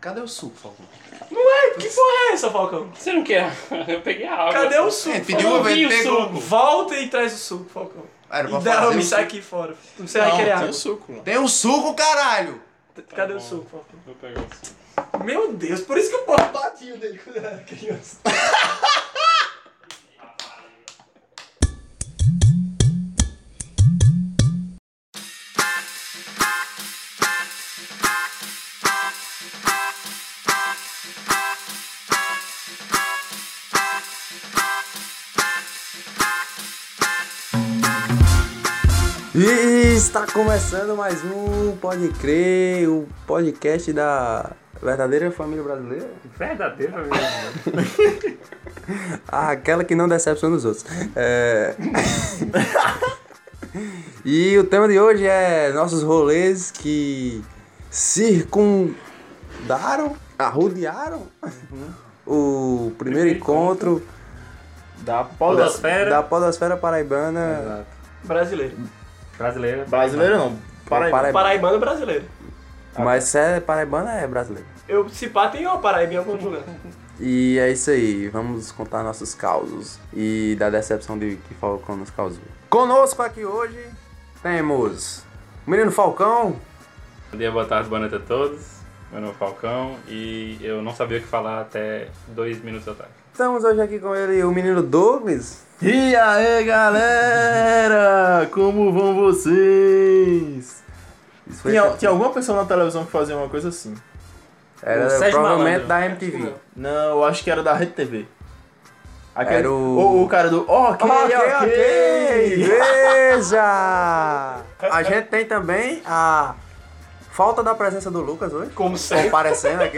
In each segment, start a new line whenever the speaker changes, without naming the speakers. Cadê o suco, Falcão?
Ué, que porra é essa, Falcão?
Você não quer? Eu peguei a água.
Cadê o suco?
É, pediu
Falcão?
uma vez,
vi o
pegou.
suco.
Volta e traz o suco, Falcão.
Ah,
Era pra
e dá
fazer
um
me
o
sai
suco.
aqui fora. Não sei vai querer
tem
água.
o suco, mano.
Tem um suco, caralho!
Cadê
bom.
o suco, Falcão?
Vou pegar o suco.
Meu Deus, por isso que tá eu posso batia dele quando eu era criança.
E está começando mais um Pode Crer, o podcast da verdadeira família brasileira.
Verdadeiro, meu irmão.
Ah, aquela que não decepciona os outros. É. e o tema de hoje é nossos rolês que circundaram, arrodearam o primeiro encontro
Da
Podosfera.
da Podosfera Paraibana.
Brasileiro.
Brasileira.
Brasileiro não. Paraíba.
Paraibana.
Paraibano é brasileiro.
Mas se é paraibana, é brasileiro.
Eu, se pá, tem uma Paraíba em algum lugar.
E é isso aí, vamos contar nossos causos e da decepção de que Falcão nos causou. Conosco aqui hoje temos o menino Falcão.
Bom dia, boa tarde, boa noite a todos. Meu nome é Falcão e eu não sabia o que falar até dois minutos atrás.
Estamos hoje aqui com ele, o menino Douglas.
E aí, galera! Como vão vocês?
Isso foi-
Tinha, tinha alguma pessoa na televisão que fazia uma coisa assim.
era
o Sérgio Malandro.
provavelmente da
Acho que
MTV.
não.
Não, eu acho que era da Rede TV.
Era o-
o cara do OK,
Ok,
OK.
ok, veja! A gente tem também a falta da presença do Lucas hoje,
Como sempre.
comparecendo aqui.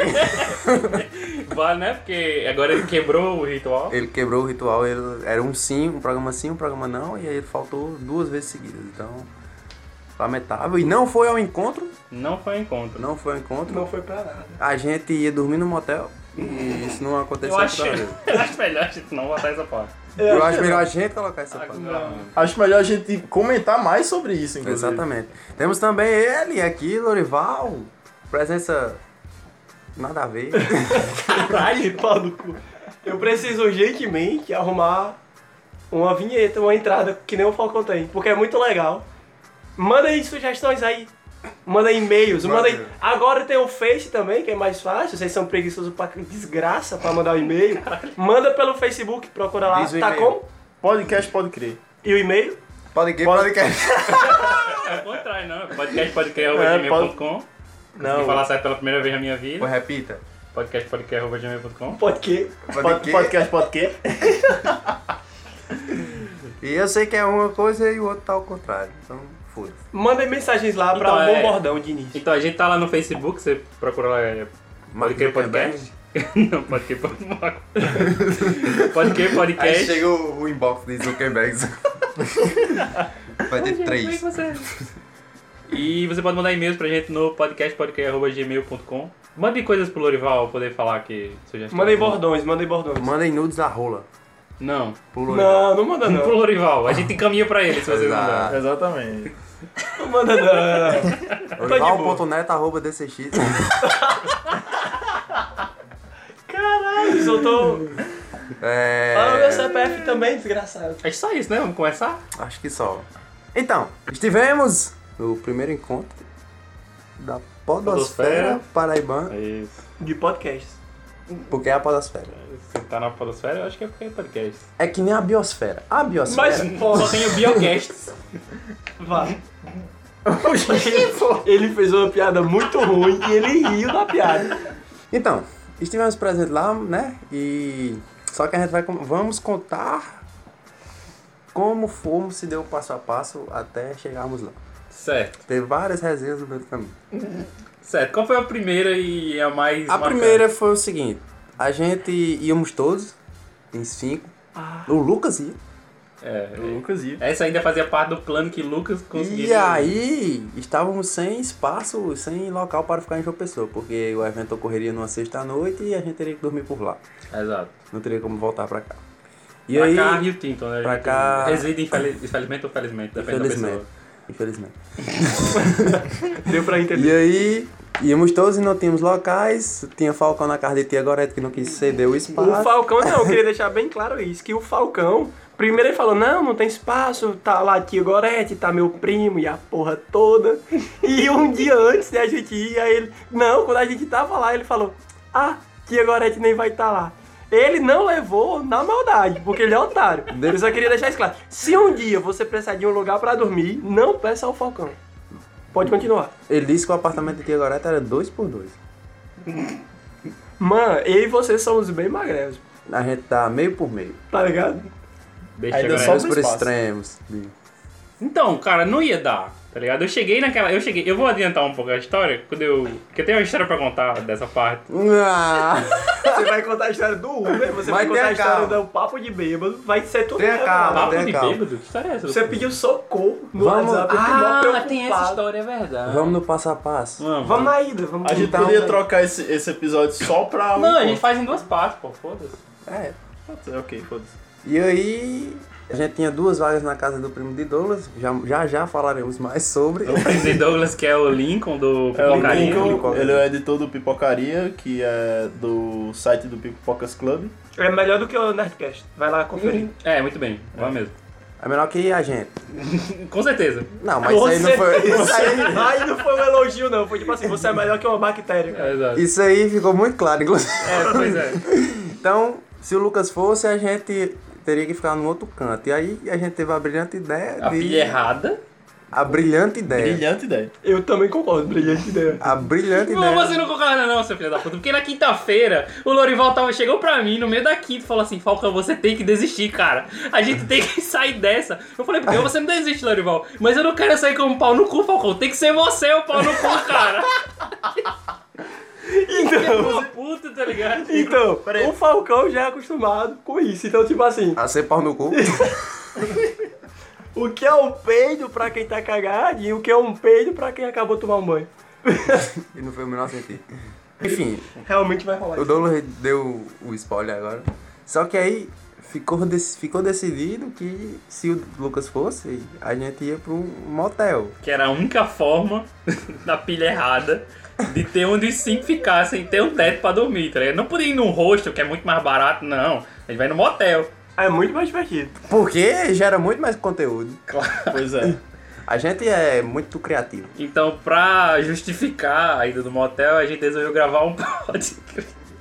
Vale, né? Porque agora ele quebrou o ritual.
Ele quebrou o ritual, ele era um sim, um programa sim, um programa não, e aí ele faltou duas vezes seguidas. Então, lamentável. E não foi ao encontro,
Não foi um encontro.
não foi ao encontro.
Não foi pra nada.
A gente ia dormir no motel e isso não aconteceu.
Eu acho,
toda vez.
eu acho melhor a gente não botar essa parte.
Eu acho melhor a gente colocar
Ah,
essa parte.
Não.
Acho melhor a gente comentar mais sobre isso, inclusive.
Exatamente. Temos também ele aqui, Lorival. Presença nada a ver.
Caralho, pau no cu. Eu preciso urgentemente arrumar uma vinheta, uma entrada que nem o Falcão tem, porque é muito legal. Manda aí sugestões aí. Manda aí e-mails, manda aí. Agora tem o Face também, que é mais fácil. Vocês são preguiçosos pra desgraça pra mandar o e-mail. Manda pelo Facebook, procura lá.
Diz o
Tá
e-mail.
com?
Podcast pode crer.
E o e-mail?
Pode que, pode que.
É o contrário, não. Podcast, podcast,
É,
gmail.com.
Não.
E falar certo pela primeira vez na minha vida.
Repita.
Podcast, podcast, gmail.com.
Pode que.
Pode
Pod,
que.
podcast pode crer.
E eu sei que é uma coisa e o outro tá ao contrário. Então, foda-se.
Manda mensagens lá pra
Então,
um
é-
bom bordão de início.
Então, a gente tá lá no Facebook, você procura lá. É, pode que podcast? Não, pode que podcast. Pode que
Aí
podcast.
chega o, o inbox de
é
Zuckerberg. Vai ter três.
E você pode mandar e-mails pra gente no podcastpodcast.gmail.com. Mande coisas pro Lorival poder falar que sugestão.
Manda aí bordões, manda aí bordões.
Mandem nudes a rola.
Não,
Pulou
Não, não manda não.
pro Lorival. A gente encaminha pra ele se você mandar.
Exato.
Exatamente.
Não manda não. tá
Rival.net arroba DCX.
Caralho, soltou. Fala meu
É,
CPF também, desgraçado.
É só isso, né? Vamos começar?
acho que só. Então, estivemos no primeiro encontro da Podosfera,
Podosfera.
Paraibana.
É Isso.
De podcast.
Porque é a Podosfera.
Você tá na podosfera, eu acho que é porque é podcast.
É que nem a Biosfera. A Biosfera.
Mas, pô,
Só tem o Biocasts.
vá. ele fez uma piada muito ruim e ele riu da piada.
Então, estivemos presentes lá, né? E. Só que a gente vai. com- Vamos contar como fomos, se deu passo a passo até chegarmos lá.
certo,
Teve várias resenhas no meio do caminho.
certo. Qual foi a primeira e a mais
A
marcante?
primeira foi o seguinte: a gente íamos todos, em cinco. O Lucas ia.
É,
O Lucas ia.
Essa ainda fazia parte do plano que Lucas conseguiu.
E aí, estávamos sem espaço, sem local para ficar em João Pessoa, porque o evento ocorreria numa sexta-noite e a gente teria que dormir por lá.
Exato.
Não teria como voltar pra cá. E
pra
aí,
cá, Rio Tinto, né?
pra cá-
Reside, infeliz- infelizmente ou felizmente, depende
Infelizmente.
da pessoa.
infelizmente.
Deu pra entender.
E aí, íamos todos e não tínhamos locais. Tinha Falcão na casa de Tia Gorete que não quis ceder o
O
espaço.
Falcão, não, eu queria deixar bem claro isso, que o Falcão, primeiro ele falou, não, não tem espaço, tá lá tio Gorete, tá meu primo e a porra toda. E um dia antes de a gente ir, aí ele, não, quando a gente tava lá, ele falou, ah, tia Gorete nem vai estar tá lá. Ele não levou na maldade, porque ele é otário. Eu só queria deixar isso claro. Se um dia você precisar de um lugar pra dormir, não peça ao Falcão. Pode continuar.
Ele disse que o apartamento de Tia Gorete era dois por dois.
Mano, eu e você somos bem magrelos,
A gente tá meio por meio.
tá ligado?
Deixa
Ainda
agora.
só-
Extremos por
espaço.
extremos. Bi.
Então, cara, não ia dar, tá ligado? Eu cheguei naquela. Eu cheguei. Eu vou adiantar um pouco a história, quando eu. Porque eu tenho uma história pra contar dessa parte.
Ah,
Você vai contar a história do Uber, você vai, contar a
Mas tenha
história
calma.
do papo de bêbado, vai ser tudo
Tenha
revelado.
calma.
Papo de
calma.
bêbado? Que história é essa?
Você pediu socorro no
Vamos-
WhatsApp, eu fiquei mó
Ah,
preocupado.
tem essa história, é verdade.
vamos no passo a passo.
Vamos.
Vamos na ida, vamos
A gente
Então,
poderia
né?
trocar esse, esse episódio só pra um.
Não, a gente faz em duas partes, pô, foda-se.
É.
conto. Ok, foda-se.
E aí, a gente tinha duas vagas na casa do primo de Douglas. Já já, já falaremos mais sobre.
O Presidente Douglas, que é o Lincoln do
É, o
Pipocaria.
Lincoln,
Pipocaria.
ele é o editor do Pipocaria, que é do site do Pipocas Club.
É melhor do que o Nerdcast, vai lá conferir.
É, muito bem, vai mesmo.
É melhor que a gente.
Com certeza.
Não, mas isso aí não foi. Isso aí,
Aí não foi um elogio não, foi tipo assim, você é melhor que uma bactéria.
É, exato.
isso aí ficou muito claro, inclusive.
É, pois é.
Então, se o Lucas fosse, a gente teria que ficar num outro canto. E aí a gente teve a brilhante ideia
A
de.
pilha errada.
A brilhante ideia.
Brilhante ideia.
Eu também concordo, brilhante ideia.
A brilhante
Não,
ideia.
você não concorda não, seu filho da puta. Porque na quinta-feira, o Lorival tava, chegou pra mim no meio da quinta e falou assim, Falcão, você tem que desistir, cara. A gente tem que sair dessa. Eu falei, porque você não desiste, Lorival. Mas eu não quero sair como pau no cu, Falcão. Tem que ser você o pau no cu, cara. Então... puta, tá ligado?
Então,
Peraí.
o Falcão já é acostumado com isso, então tipo assim,
A ser pau no cu.
o que é um peido pra quem tá cagado e o que é um peido pra quem acabou de tomar um banho.
e não foi o menor sentido. Enfim,
Realmente vai rolar
o Douglas deu o spoiler agora. Só que aí ficou, dec- ficou decidido que se o Lucas fosse, a gente ia pra um motel.
Que era a única forma da pilha errada de ter onde os cinco ficassem, ter um teto pra dormir, tá ligado? Não podia ir num hostel, que é muito mais barato, não. A gente vai no motel.
É muito mais divertido.
Porque gera muito mais conteúdo.
Pois é.
A gente é muito criativo.
Então, pra justificar a ida do motel, a gente resolveu gravar um podcast,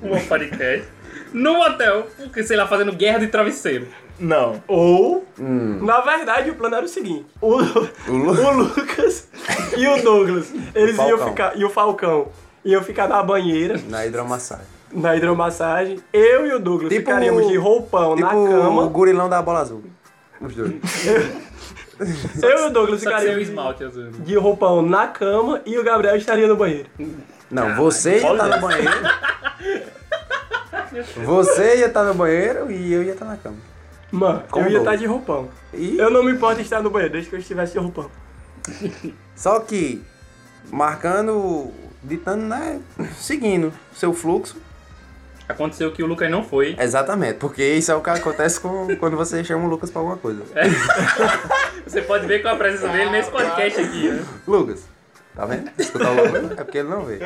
um podcast no motel, porque, sei lá, fazendo guerra de travesseiro.
Não.
Ou,
Hum.
na verdade, o plano era o seguinte: o,
O Lu-
o Lucas e o Douglas, eles iam
Falcão.
ficar, e o Falcão, iam ficar na banheira,
Na hidromassagem.
na hidromassagem. Eu e o Douglas
Tipo-
ficaríamos de roupão na
Tipo o
cama.
gorilão da bola azul. Os dois.
Eu e o Douglas
Só que sem o
ficaríamos de-
esmalte azul. né?
de roupão na cama e o Gabriel estaria no banheiro.
Não, você ia tá,
olha.
estar no banheiro. Você ia estar no banheiro e eu ia estar na cama.
Mano,
Com
eu ia
Douglas.
estar de roupão.
E
Eu não me importo estar no banheiro, desde que eu estivesse de roupão.
Só que, marcando, ditando, né? Seguindo seu fluxo.
Aconteceu que o Lucas não foi.
Exatamente, porque isso é o que acontece com, quando você chama o Lucas pra alguma coisa.
Você pode ver com a presença dele nesse podcast aqui, né?
Lucas, tá vendo? Escutar o Lucas é porque ele não vê.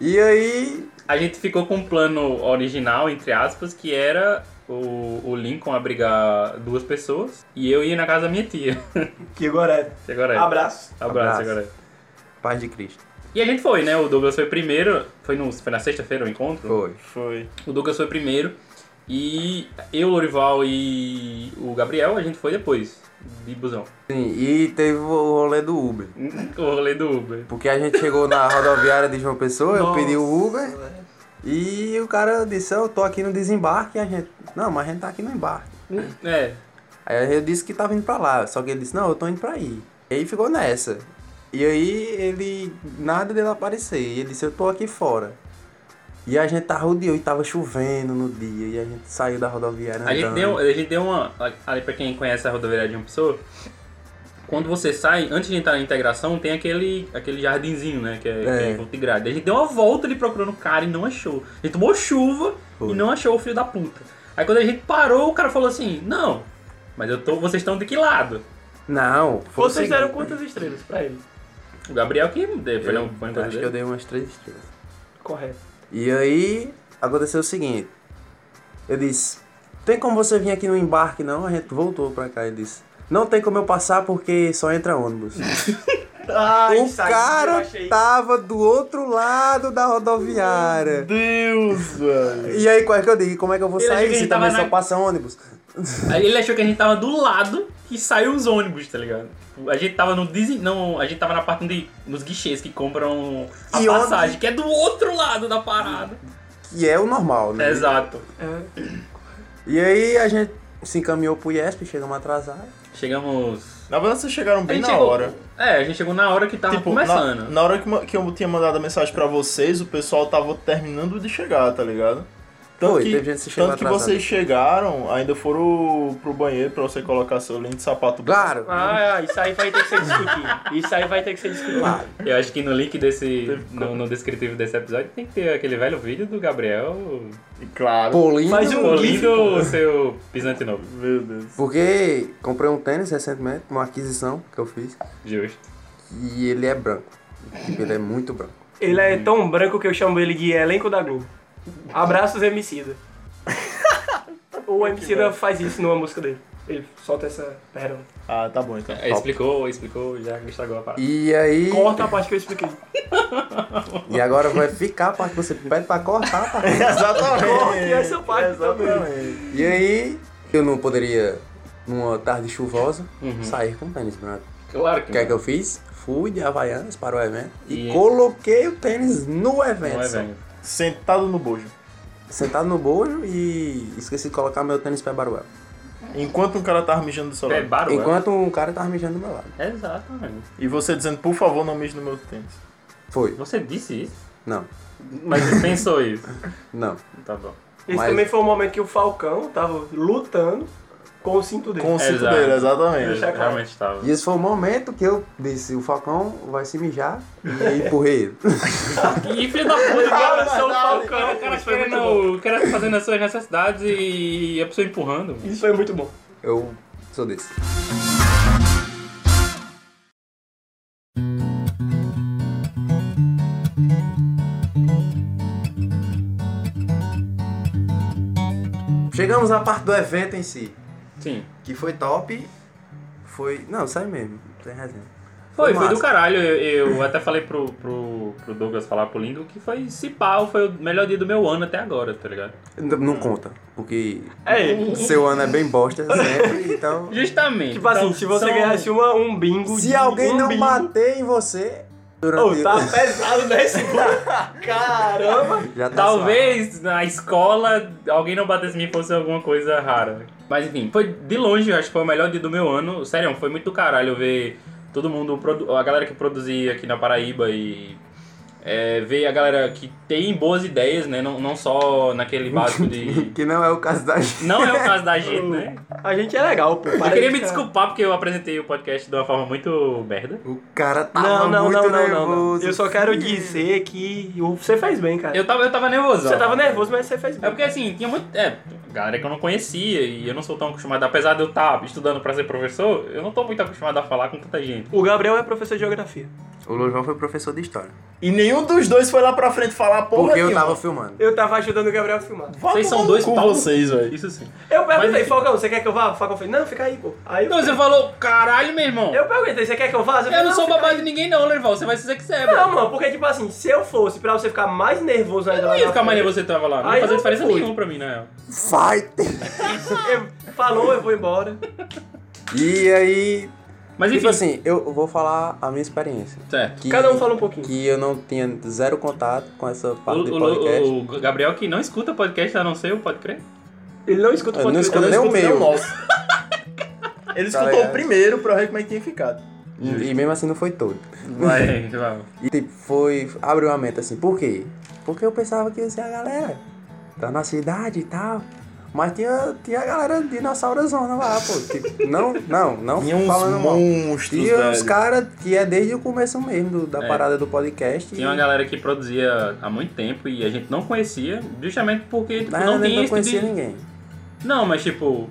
E aí,
A gente ficou com um plano original, entre aspas, que era o, o Lincoln abrigar duas pessoas e eu ia na casa da minha tia.
Que agora
E agora
é.
é.
Abraço.
Abraço,
Abraço.
agora é.
paz de Cristo.
E a gente foi, né? O Douglas foi primeiro. Foi, no, foi na sexta-feira o encontro?
Foi.
Foi.
O Douglas foi primeiro. E eu, o Lorival e o Gabriel, a gente foi depois. De busão.
Sim, e teve o rolê do Uber.
O rolê do Uber.
Porque a gente chegou na rodoviária de João Pessoa, eu pedi o Uber
Nossa, velho.
e o cara disse, eu tô aqui no desembarque e a gente. Não, mas a gente tá aqui no embarque.
É.
Aí eu disse que tava indo pra lá, só que ele disse, não, eu tô indo pra aí. E aí ficou nessa. E aí ele. nada dele aparecer. E ele disse, eu tô aqui fora. E a gente tá rodeou e tava chovendo no dia. E a gente saiu da rodoviária.
A gente,
andando.
deu, a gente deu uma. Ali pra quem conhece a rodoviária de uma pessoa. Quando você sai, antes de entrar na integração, tem aquele, aquele jardinzinho, né? Que é, que é
É.
em volta de grade. A gente deu uma volta ali procurando o cara e não achou. A gente tomou chuva
Foi.
e não achou o filho da puta. Aí quando a gente parou, o cara falou assim: Não, mas eu tô, vocês estão de que lado?
Não, foi o
Vocês deram
seguinte.
quantas estrelas pra ele?
O Gabriel que deu, foi, um
Eu
não, foi uma coisa
acho que eu
dele.
dei umas três estrelas.
Correto.
E aí aconteceu o seguinte. Eu disse, tem como você vir aqui no embarque não? A gente voltou pra cá e disse, não tem como eu passar porque só entra ônibus.
Ah,
o cara
tá-
tava do outro lado da rodoviária.
Deus, velho.
E aí, qual é que eu digo? Como é que eu vou
Ele achou
sair
que
se
ele tava
também só
na-
passa ônibus?
Aí ele achou que a gente tava do lado que saiu os ônibus, tá ligado? Tipo, A gente tava no desen- não, a gente tava na parte onde nos guichês que compram a
E
passagem,
ônibus-
que é do outro lado da parada.
Uhum.
Que é o normal, né?
Exato.
É.
E aí a gente se encaminhou pro IESP, chegamos atrasados.
Chegamos
Na verdade, vocês chegaram
A
bem
gente
na
chegou-
hora. Tipo,
É, a gente chegou na hora que tava
na,
começando.
na hora que, ma- que eu tinha mandado a mensagem pra vocês, o pessoal tava terminando de chegar, tá ligado? Tanto
Foi,
que,
teve gente que chegou
tanto que
atrasado.
vocês chegaram, ainda foram pro banheiro pra você colocar seu lindo sapato.
Claro.
Ah, ah, isso aí vai ter que ser discutido. Isso aí vai ter que ser discutido.
Eu acho que no link desse.
Tipo,
No, no descritivo desse episódio tem que ter aquele velho vídeo do Gabriel
E Claro.
Polindo.
Mas
um
o-
polindo o seu pisante novo.
Um Meu Deus.
Porque comprei um tênis recentemente, uma aquisição que eu fiz,
Justo.
e ele é branco. Tipo, ele é muito branco.
Ele é tão branco que eu chamo ele de elenco da Globo. Abraços, Emicida. o Emicida faz isso numa música dele. Ele solta essa pérola.
Ah, tá bom então.
É, explicou, explicou, já estragou a parada.
E aí.
Corta a parte que eu expliquei.
E agora vai ficar a parte que você pede pra cortar, tá?
Exatamente.
Corte essa parte também.
Exatamente.
E aí, eu não poderia, numa tarde chuvosa, sair com tênis branco.
Claro
O que é que eu fiz? Fui de Havaianas para o evento e,
Uhum. E-
coloquei o tênis no evento.
não é
só.
velho.
Sentado no bojo.
Sentado no bojo e esqueci de colocar meu tênis pé baruel.
Enquanto um cara tava mijando do seu
É
lado.
barulho.
Enquanto um cara tava mijando do meu lado.
Exatamente.
E você dizendo, por favor, não mije no meu tênis.
Foi.
Você disse isso,
Não.
mas você pensou isso.
Não.
Tá bom.
Esse
Mas-
também foi o momento que o Falcão tava lutando com o cinto dele.
Com o cinto
Exato.
dele, exatamente.
Deixa claro.
Realmente tava.
E esse foi o momento que eu disse, o Falcão vai se mijar e aí empurrei ele.
E filho da puta,
Cara,
cara,
sou o
o
Falcão,
cara,
cara, isso foi muito bom.
fazendo, o cara fazendo as suas necessidades e a pessoa empurrando.
Isso foi muito bom.
Eu sou desse. Chegamos na parte do evento em si,
Sim.
que foi top. Foi. Não, sai mesmo, tem resenha.
Foi, foi
massa.
do caralho. Eu, eu até falei pro, pro, pro Douglas falar pro Lindo que foi, se pau, foi o melhor dia do meu ano até agora, tá ligado?
Não, não conta, porque
É ele.
seu ano é bem bosta sempre, então.
Justamente.
Tipo assim,
Então,
se você
são-
ganhasse uma, um bingo.
Se
de-
alguém
um
não
bingo,
bater em você durante
Ô, tá pesado nesse bingo. Caramba.
já tá
Talvez na escola alguém não batesse em mim fosse alguma coisa rara. Mas enfim, foi de longe, eu acho que foi o melhor dia do meu ano. Sério, foi muito do caralho ver todo mundo, produ- a galera que produzia aqui na Paraíba e é, ver a galera que tem boas ideias, né? Não, não só naquele básico de.
suave. Que não é o caso da gente.
Não é o caso da gente, né?
A gente é legal, pô.
Eu queria me desculpar porque eu apresentei o podcast de uma forma muito merda.
O cara tava
Não, não,
muito
não, não, não, não.
nervoso.
Eu só quero dizer que você fez bem, cara.
assim. Eu tava, eu tava nervoso.
Você tava nervoso, mas você fez
É
bem.
porque assim, tinha muito. É, galera que eu não conhecia e eu não sou tão acostumado. Apesar de eu estar estudando pra ser professor, eu não tô muito acostumado a falar com tanta gente.
O Gabriel é professor de geografia.
O Lourival foi professor de história.
E nenhum dos dois foi lá pra frente falar porra
porque eu
nenhuma.
tava filmando.
Eu tava ajudando o Gabriel a filmar.
Vá
Vocês são
tomar no
dois
cu
pau-
vocês, velho.
Isso sim.
Eu perguntei,
Mas-
Falcão, você quer que eu vá? O Falcão fez, não, fica aí, pô. Aí eu,
Então você falou, caralho, meu irmão.
eu
Eu,
perguntei, você quer que eu vá? Você fez,
não sou
fica
babado
aí."
de ninguém, não, Lerval. Você vai se você é, quiser, bro.
Não, mano, porque tipo assim, se eu fosse pra você ficar mais nervoso ainda
Eu
lá
não ia
na
ficar mais
frente,
nervoso você tava lá. Não
Aí
ia fazer
eu
diferença
fui.
nenhuma pra mim, né? na real.
Tipo Fight!
eu- Falou, eu vou embora.
E aí.
Mas enfim.
Tipo assim, eu vou falar a minha experiência.
certo.
Que,
Cada um fala um pouquinho.
Que eu não tinha zero contato com essa
O,
parte do
o-
podcast.
o- o Gabriel que não escuta podcast, a não ser o Pode Crer.
Ele não escuta o
Eu não
podcast.
escuto nem o meu.
Ele
Tá
escutou
ligado?
o primeiro pra ver como é que tinha ficado.
E mesmo assim não foi todo.
Vai, vai.
E tipo, foi. abriu a mente assim. Por quê? Porque eu pensava que ia ser a galera da nossa idade e tal. Mas tinha, tinha a galera dinossaurozona lá, pô. Tipo, não, não, não
Tinha uns
falando mal.
monstros,
Tinha os
velho.
caras que é desde o começo mesmo do- da
É.
parada do podcast.
Tinha uma galera que produzia há muito tempo e a gente não conhecia, justamente porque tipo,
Mas
não
eu nem
tinha
não
esse
conhecia
de-
ninguém.
Não, mas tipo.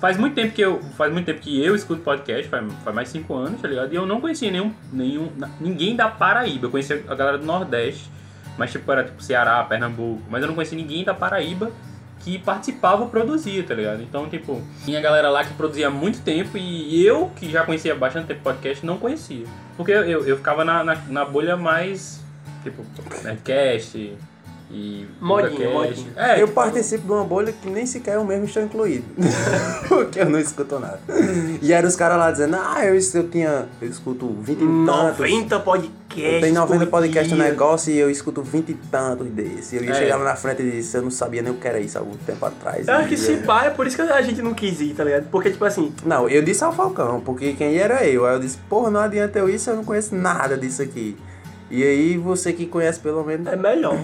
Faz muito tempo que eu, faz muito tempo que eu escuto podcast, faz, faz mais de 5 anos, tá ligado? E eu não conhecia nenhum, nenhum, na- ninguém da Paraíba. Eu conhecia a galera do Nordeste, mas tipo era tipo Ceará, Pernambuco, mas eu não conhecia ninguém da Paraíba que participava ou produzia, tá ligado? Então, tipo, tinha galera lá que produzia há muito tempo e eu, que já conhecia bastante tempo podcast, não conhecia. Porque eu, eu, eu ficava na, na, na bolha mais, tipo, Nerdcast e...
Modinha,
Podcast.
modinha.
É,
eu
tipo,
participo de uma bolha que nem sequer eu mesmo estou incluído. Porque eu não escuto nada. E eram os caras lá dizendo, ah, eu, eu tinha. Eu escuto 20 e tantos.
90 podcasts.
Tem 90
por
podcasts no
dia.
negócio e eu escuto 20 e tantos desses. Eu
É.
chegava na frente e disse, eu não sabia nem o que era isso há algum tempo atrás.
Eu acho
E,
que se
é.
pá, é por isso que a gente não quis ir, tá ligado? Porque, tipo assim,
Não, eu disse ao Falcão, porque quem era eu. Aí eu disse, porra, não adianta eu isso, eu não conheço nada disso aqui. E aí você que conhece pelo menos. né,
é melhor.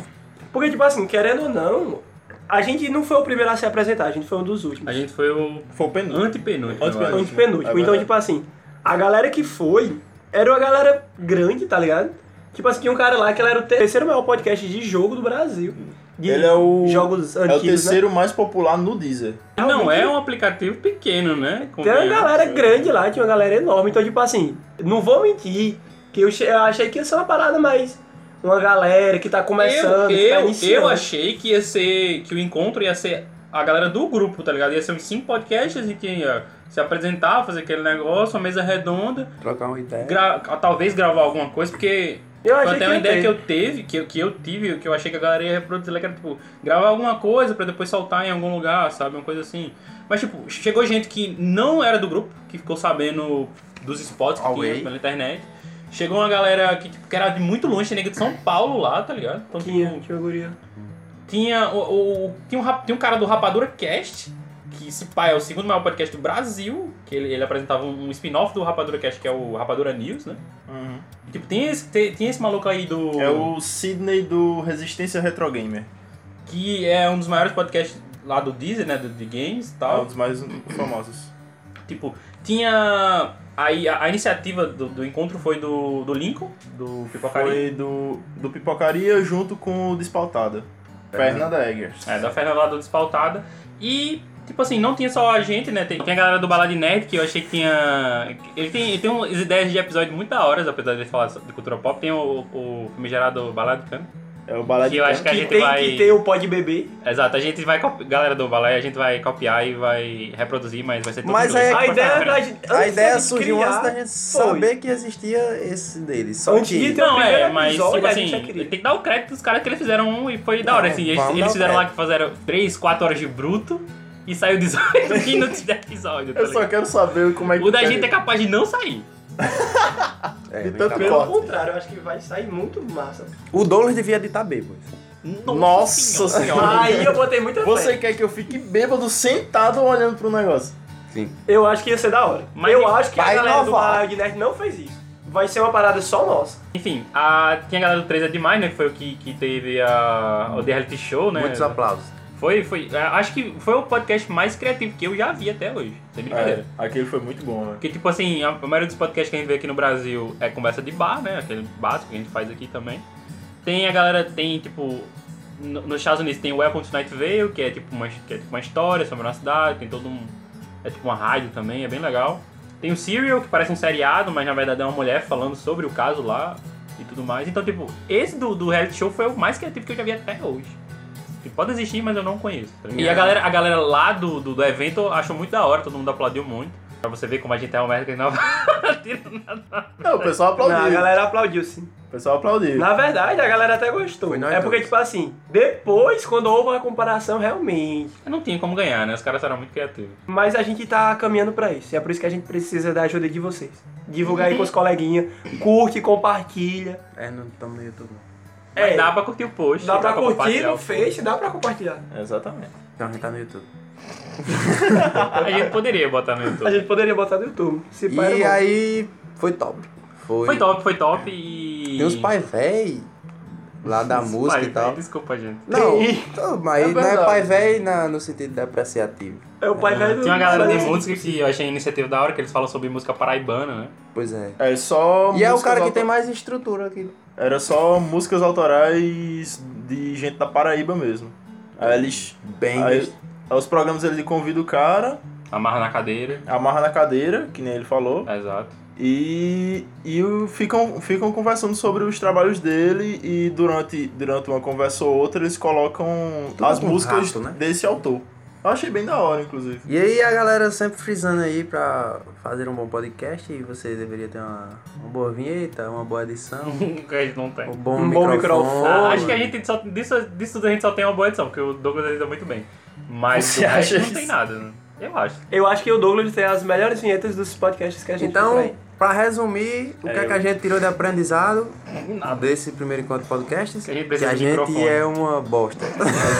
Porque, tipo assim, querendo ou não, a gente não foi o primeiro a se apresentar, a gente foi um dos últimos.
A gente foi o
Foi o penúltimo.
antepenúltimo.
Antepenúltimo.
eu acho.
Antepenúltimo.
É
então,
verdade.
tipo assim, a galera que foi era uma galera grande, tá ligado? Tipo assim, tinha um cara lá que ele era o terceiro maior podcast de jogo do Brasil. De
Ele é o-
Jogos
É o
né?
antigos.
terceiro mais popular no Deezer.
né?
Não,
Realmente,
é um aplicativo pequeno, né?
Tem uma
Convenhamos.
galera grande lá, tinha uma galera enorme. Então, tipo assim, não vou mentir que eu, che- eu achei que ia ser uma parada mais. Uma galera que tá começando,
eu,
que tá
eu,
iniciando.
eu achei que ia ser. que o encontro ia ser a galera do grupo, tá ligado? Ia ser uns cinco podcasts e quem ia se apresentar, fazer aquele negócio, uma mesa redonda,
Trocar uma ideia.
gra- talvez gravar alguma coisa, porque
Eu
Foi
achei
até
que
uma
ia
ideia
ter.
que eu teve, que eu, que eu tive, que eu achei que a galera ia reproduzir, que era, tipo, gravar alguma coisa pra depois soltar em algum lugar, sabe? Uma coisa assim. Mas, tipo, chegou gente que não era do grupo, que ficou sabendo dos spots que
Away.
tinha pela internet. Chegou uma galera que, tipo, que era de muito longe, tinha nego de São Paulo lá, tá ligado? Então, tipo,
Tinha, tinha uma guria.
tinha o, o- tinha, um, rap- tinha um cara do Rapadura Cast, que esse pai é o segundo maior podcast do Brasil, que ele, ele apresentava um um spin-off do Rapadura Cast, que é o Rapadura News, né? Tipo, tem esse, tem, tem esse maluco aí do...
É o Sidney do Resistência Retro Gamer.
que é um dos maiores podcasts lá do Disney, né? do- De games e
É
tal.
um dos mais famosos.
Tipo, tinha. Aí a, a iniciativa do, do encontro foi do, do Lincoln, do Pipocaria.
Foi do, do Pipocaria junto com o Despautada. Fernanda Eggers.
É, da Fernanda lá do Despautada. E, tipo assim, não tinha só a gente, né? Tem, tem a galera do Balade Nerd, que eu achei que tinha. Ele tem, ele tem umas ideias de episódio muito da hora, apesar de ele falar de cultura pop. Tem o, o filme gerado Balade Cam.
É o Balade
Que eu acho que
Camp.
a
Que
gente
tem
vai.
que ter o pó de bebê.
Exato, a gente vai. copi- Galera do Balé, a gente vai copiar e vai reproduzir, mas vai ser tudo
Mas
em inglês.
é-
A
Vai
ideia
pra-
da gente.
A
antes da
ideia
gente
surgiu
criar,
antes da gente saber que existia esse deles. Só
Antes de
que.
ter- Então,
Não, é,
primeiro
mas
episódio,
tipo
a
assim,
gente já
tem
queria.
que dar o crédito dos caras que eles fizeram um e foi da hora,
Não,
assim. Eles,
vamos
eles
dar
fizeram lá
crédito.
que fizeram 3, 4 horas de bruto e saiu 18 minutos de episódio. tá
Eu só
ligado?
quero saber como é que
O da
fica
gente é capaz de não sair.
É,
de
não
tanto
tá
Pelo
bom.
Corta.
contrário, eu acho que vai sair muito massa.
O Douglas devia tá editar bêbado.
Nossa Senhora.
Aí eu botei muita
Você
fé.
quer que eu fique bêbado sentado olhando pro negócio?
Sim.
Eu acho que ia ser da hora.
Mas
eu
ele
acho que a
vai
galera do
inovar.
Balade Nerd não fez isso. Vai ser uma parada só nossa.
Enfim, a, tinha a galera do 3 é demais, né? Que foi o que, que teve a, o The Reality Show, né?
Muitos aplausos.
Foi, foi. a- Acho que foi o podcast mais criativo que eu já vi até hoje. Sem brincadeira.
É, aquele foi muito bom, né?
Porque, tipo assim, a maioria dos podcasts que a gente vê aqui no Brasil é conversa de bar, né? Aquele básico que a gente faz aqui também. Tem a galera, tem, tipo... no- nos Estados Unidos tem o Welcome to Night Vale, que é, tipo, uma, que é tipo uma história sobre uma cidade. Tem todo um... É tipo uma rádio também, é bem legal. Tem o Serial, que parece um seriado, mas na verdade é uma mulher falando sobre o caso lá e tudo mais. Então, tipo, esse do, do reality show foi o mais criativo que eu já vi até hoje. Tipo, Pode existir, mas eu não conheço. tá ligado? E a galera, a galera lá do, do, do evento achou muito da hora, todo mundo aplaudiu muito. Pra você ver como a gente é uma merda que não
Não, o pessoal
Não, a
aplaudiu.
galera aplaudiu sim.
O pessoal aplaudiu.
Na verdade, a galera até gostou.
Foi nós
É porque,
dois.
tipo assim, depois, quando houve a comparação, realmente.
Não tinha como ganhar, né? Os caras eram muito criativos.
Mas a gente tá caminhando pra isso. E é por isso que a gente precisa da ajuda de vocês. Divulgar aí com os coleguinhas. Curte, compartilha.
É, não estamos no YouTube. não.
Mas
É,
dá pra curtir o post.
dá pra curtir
compartilhar um
no
o post.
Face, dá pra compartilhar.
Exatamente.
Então a gente tá no YouTube.
A gente poderia botar no
A
YouTube.
gente poderia botar no YouTube. Se pá, era
E
bom.
aí foi top. Foi,
Foi top, foi top e.
Tem uns pais véi lá da
Os
música
pais, né?
e tal.
Desculpa, gente.
Não,
Tem.
tô- mas
É
não é
verdade.
pai véi na- no sentido depreciativo.
É o pai velho do.
Tinha uma galera de
do-
música que eu achei a iniciativa da hora, que eles falam sobre música paraibana, né?
Pois é.
É só.
E é o
músicas
cara que
auto-
tem mais estrutura aqui.
Era só músicas autorais de gente da Paraíba mesmo. Aí eles.
Bem.
Aí, aí os programas eles convidam o cara,
Amarra na cadeira. É,
Amarra na cadeira, que nem ele falou.
Exato.
E, e o- ficam, ficam conversando sobre os trabalhos dele e durante, durante uma conversa ou outra eles colocam
Tudo
as
com
músicas
rato, né?
desse autor. Eu achei bem da hora, inclusive.
E aí a galera sempre frisando aí pra fazer um bom podcast e você deveria ter uma, uma boa vinheta, uma boa edição,
que a gente não tem.
um bom
Um bom
microfone.
microfone.
Ah, acho que a gente só, disso, disso tudo a gente só tem uma boa edição, porque o Douglas edita muito bem. Mas
Você
do resto
acha
não
isso?
tem nada, né? Eu acho.
Eu acho que o Douglas tem as melhores vinhetas dos podcasts que a gente tem
Então,
por aí.
pra resumir, o que, é que a gente tirou de aprendizado
Nada.
desse primeiro encontro podcast?
Que a gente precisa de microfone.
é uma bosta.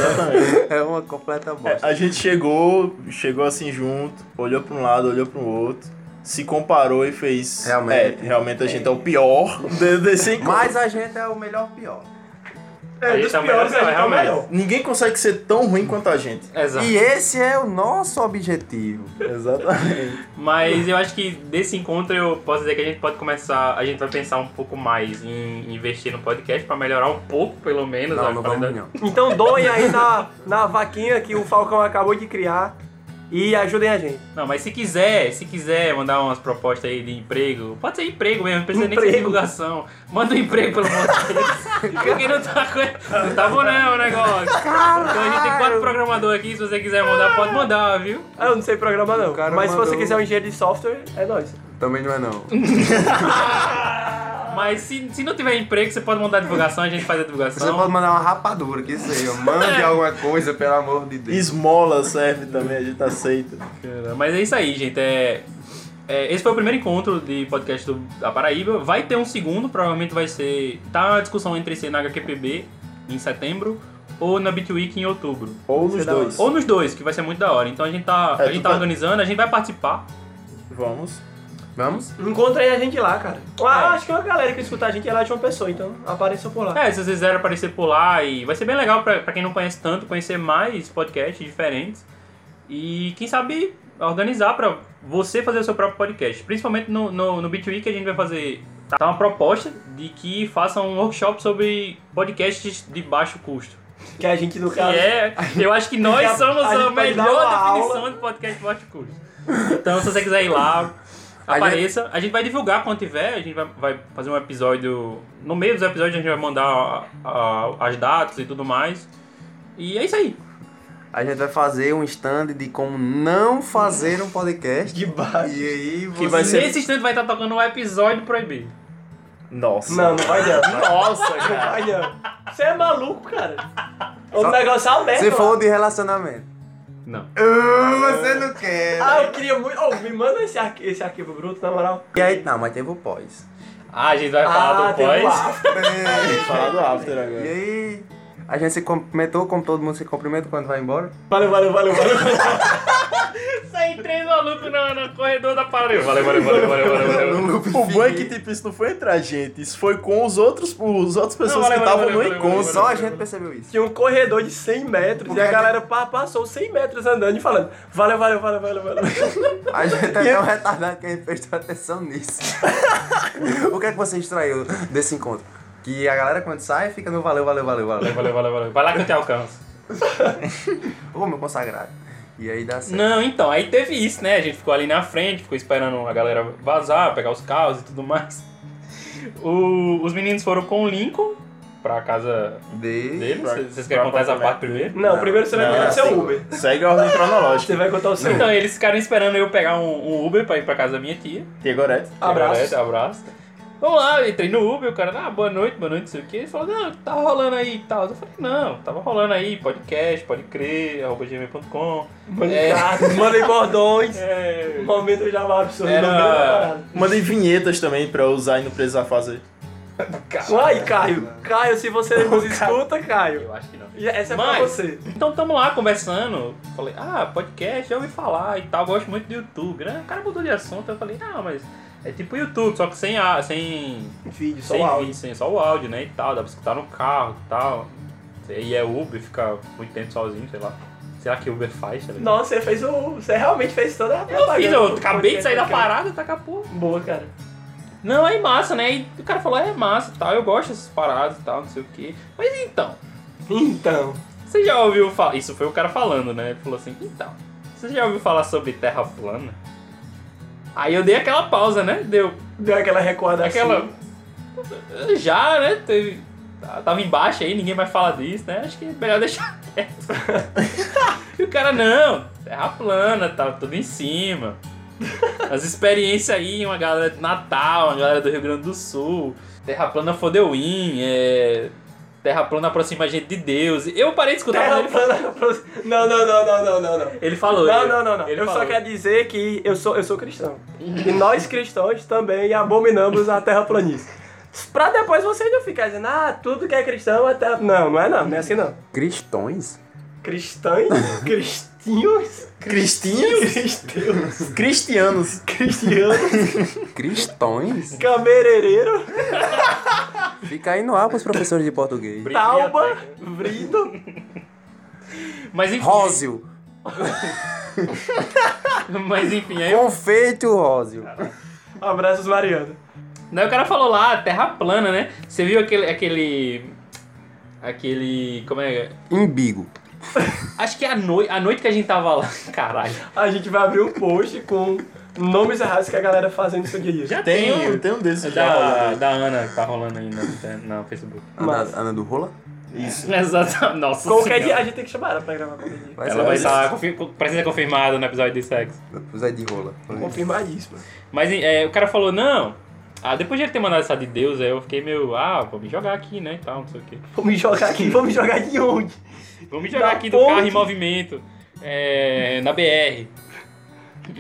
é uma completa bosta.
A gente chegou, chegou assim junto, olhou pra um lado, olhou pro outro, se comparou e fez.
Realmente.
É, realmente a gente é o pior de- desse encontro.
Mas a gente é o melhor pior.
A
É,
gente
dos
tá
piores
melhor,
a gente é o
realmente.
melhor.
Ninguém consegue ser tão ruim quanto a gente.
Exato.
E esse é o nosso objetivo.
Exatamente.
Mas eu acho que desse encontro eu posso dizer que a gente pode começar, a gente vai pensar um pouco mais em investir no podcast pra melhorar um pouco, pelo menos, a
Não, não
qualidade.
vamos não.
Então doem aí na, na vaquinha que o Falcão acabou de criar e ajudem a gente.
Não, mas se quiser, se quiser mandar umas propostas aí de emprego, pode ser emprego mesmo, não precisa nem
Emprego.
ser divulgação. Manda um emprego, pelo amor de Deus. Porque não tá, co- não tá bom não o negócio. Então a gente tem quatro programadores aqui, se você quiser mandar, pode mandar, viu?
Ah, Eu não sei programar não,
O cara
mas se você
mandou-
quiser um engenheiro de software, é nóis.
Também não é não.
Mas se, se não tiver emprego, você pode mandar a divulgação, a gente faz a divulgação.
Então-
Você pode mandar uma rapadura, que seja. Mande alguma coisa, pelo amor de Deus.
Esmola serve também, a gente aceita.
Cara, Mas é isso aí, gente. É, é, esse foi o primeiro encontro de podcast do- da Paraíba. Vai ter um segundo, provavelmente vai ser. Tá a discussão entre ser na HQPB em setembro ou na Bitweek em outubro.
Ou nos
dá-
dois.
Ou nos dois, que vai ser muito da hora. Então a gente tá,
É,
a gente
tu
tá
tá-
organizando, a gente vai participar.
Vamos.
Vamos?
Encontra aí a gente lá, cara. Ah,
É.
acho que uma galera que escuta a gente é lá de uma pessoa, então apareçam por lá.
É, se vocês quiserem aparecer por lá e vai ser bem legal pra, pra quem não conhece tanto, conhecer mais podcasts diferentes. E quem sabe organizar pra você fazer o seu próprio podcast. Principalmente no, no, no Bitweek a gente vai fazer. Tá tá uma proposta de que faça um workshop sobre podcasts de baixo custo.
Que a gente no
Que
caso.
é, eu acho que nós
A- a
somos a,
gente pode
melhor
dar uma
definição
aula.
de podcast de baixo custo. Então, se você quiser ir lá,
A gente-
apareça. A gente vai divulgar quando tiver, a gente vai, vai fazer um episódio. No meio dos episódios, a gente vai mandar a- a- as datas e tudo mais. E é isso aí.
A gente vai fazer um stand de como não fazer um podcast.
Que baixo.
E aí você...
Que vai ser-
Nesse instante vai estar tocando um episódio proibido.
Nossa.
Não, não vai não.
Nossa,
Não
cara.
vai não. Você é maluco, cara. O negócio é aberto.
Você
lá.
falou de relacionamento.
Não.
Ah, você não quer.
Ah, eu queria muito. Oh, me manda esse, arqui- esse arquivo bruto, na moral.
E aí, não, mas teve o pós.
Ah, a gente vai falar
ah,
do
tem um
pós.
after.
Vamos falar do after
e
agora.
aí, a gente se cumprimentou como todo mundo se cumprimenta quando vai embora.
Valeu, valeu, valeu, valeu.
Saí três malucos no, no corredor da parada. Valeu, valeu, valeu, valeu, valeu, valeu.
O bom é que tipo, isso não foi entre a gente, isso foi com os outros, os outras pessoas
valeu, valeu,
que estavam no
valeu, valeu,
encontro.
Só a gente percebeu isso.
Tinha um corredor de 100 metros e a galera pa- passou 100 metros andando e falando: valeu, valeu, valeu, valeu, valeu.
A gente é tão retardado que a gente prestou atenção nisso. o que é que você extraiu desse encontro? Que a galera quando sai fica no valeu, valeu, valeu, valeu.
Valeu, valeu, valeu. Vai lá que eu te alcanço.
Ô, meu consagrado. E aí dá certo.
Não, então, aí teve isso, né? A gente ficou ali na frente, ficou esperando a galera vazar, pegar os carros e tudo mais. O- os meninos foram com o Lincoln pra casa
De...
dele.
pra-
Vocês querem
pra
contar essa
apartamento.
parte primeiro?
Não, é primeiro você vai
Não,
contar o
assim,
seu Uber.
Segue a ordem cronológica.
Você vai contar o seu Uber.
Então, eles ficaram esperando eu pegar um, um Uber pra ir pra casa da minha tia.
E agora é?
Abraço.
Abraço. Abraço. Vamos lá, eu entrei no Uber, o cara, ah, boa noite, boa noite, não sei o que. Ele falou, não, tá rolando aí e tal. Eu falei, não, tava rolando aí, podcast, pode crer, arroba gmail.com.
Manda
É.
em casa, manda em cordões.
É,
Momento já vai absurdo.
Era-
não tem outra né, parada.
Mandei vinhetas também pra eu usar e não precisar fazer.
Ai, Caio. Caio, se você nos escuta, Caio.
eu acho que não.
E Essa é pra
Mas-
você.
Então tamo lá conversando. Falei, ah, podcast, já ouvi falar e tal, gosto muito do YouTube, né? O cara mudou de assunto, eu falei, ah, mas é tipo YouTube, só que sem a, sem,
Vídeo, só
sem
o áudio.
vídeo, sem só o áudio, né? E tal, dá pra escutar no carro e tal. E é Uber, fica muito tempo sozinho, sei lá. Será que Uber faz? Tá ligado?
Nossa, você fez o. Você realmente fez toda a
eu fiz,
propaganda
eu
do
acabei de sair da
tá podcast, cara.
parada, tá capô.
Boa, cara.
Não, é massa, né? E o cara falou, é massa e tal, eu gosto dessas paradas e tal, não sei o quê. Mas então,
Então.
Você já ouviu falar? Isso foi o cara falando, né? Ele falou assim: então, Você já ouviu falar sobre terra plana? Aí eu dei aquela pausa, né? Deu
Deu aquela recuada
aquela.
assim.
Já, né? Teve... Tava embaixo aí, ninguém mais fala disso, né? Acho que é melhor deixar quieto. e o cara, não, terra plana, tava tudo em cima. As experiências aí, uma galera de Natal, uma galera do Rio Grande do Sul, terra plana for the win, é... terra plana aproxima a gente de Deus. Eu parei de escutar
Terra
ele,
plana. Não, não, não, não, não, não, não.
ele falou.
Não,
ele-
não, não, não.
Ele
Eu
falou.
só quero dizer que eu sou, eu sou cristão. E nós cristãos também abominamos a terraplanista. Pra depois você não ficar dizendo, ah, tudo que é cristão é terra. Não, não é não, não é assim não.
Cristões?
Cristãs? Cristinhos?
Cristinhos?
Cristeus?
Cristianos.
Cristianos?
Cristões?
Cabereireiro?
Fica aí no ar pros professores de português.
Tauba? Vrido?
Mas enfim,
Rósio.
mas enfim, aí eu
Confeito Rósio.
Abraços, Mariana.
Daí o cara falou lá, terra plana, né? Você viu aquele. aquele. aquele. como é.
Imbigo.
Acho que é a noite. A noite que a gente tava lá. Caralho.
A gente vai abrir um post com nomes errados que a galera fazendo isso aqui.
Já
Tem,
o-
tem um desses que já
É Da,
rolou.
da Ana que tá rolando aí no, no Facebook.
Ana,
Mas-
Ana do Rola?
Isso.
Exatamente. Nossa.
Qualquer
senhora.
dia a gente tem que chamar ela pra gravar qualquer dia.
é
Ela vai estar confi- com presença confirmada no episódio de sexo.
Zé de Rola.
Confirmadíssimo.
Mas é, o cara falou, não. Ah, depois de ele ter mandado essa de Deus, aí eu fiquei meio, ah, vou me jogar aqui, né? E tal, não sei o quê.
Vou me jogar aqui, vou me jogar de onde?
Vou me jogar
Da
aqui do
ponte.
carro em movimento. é, na BR.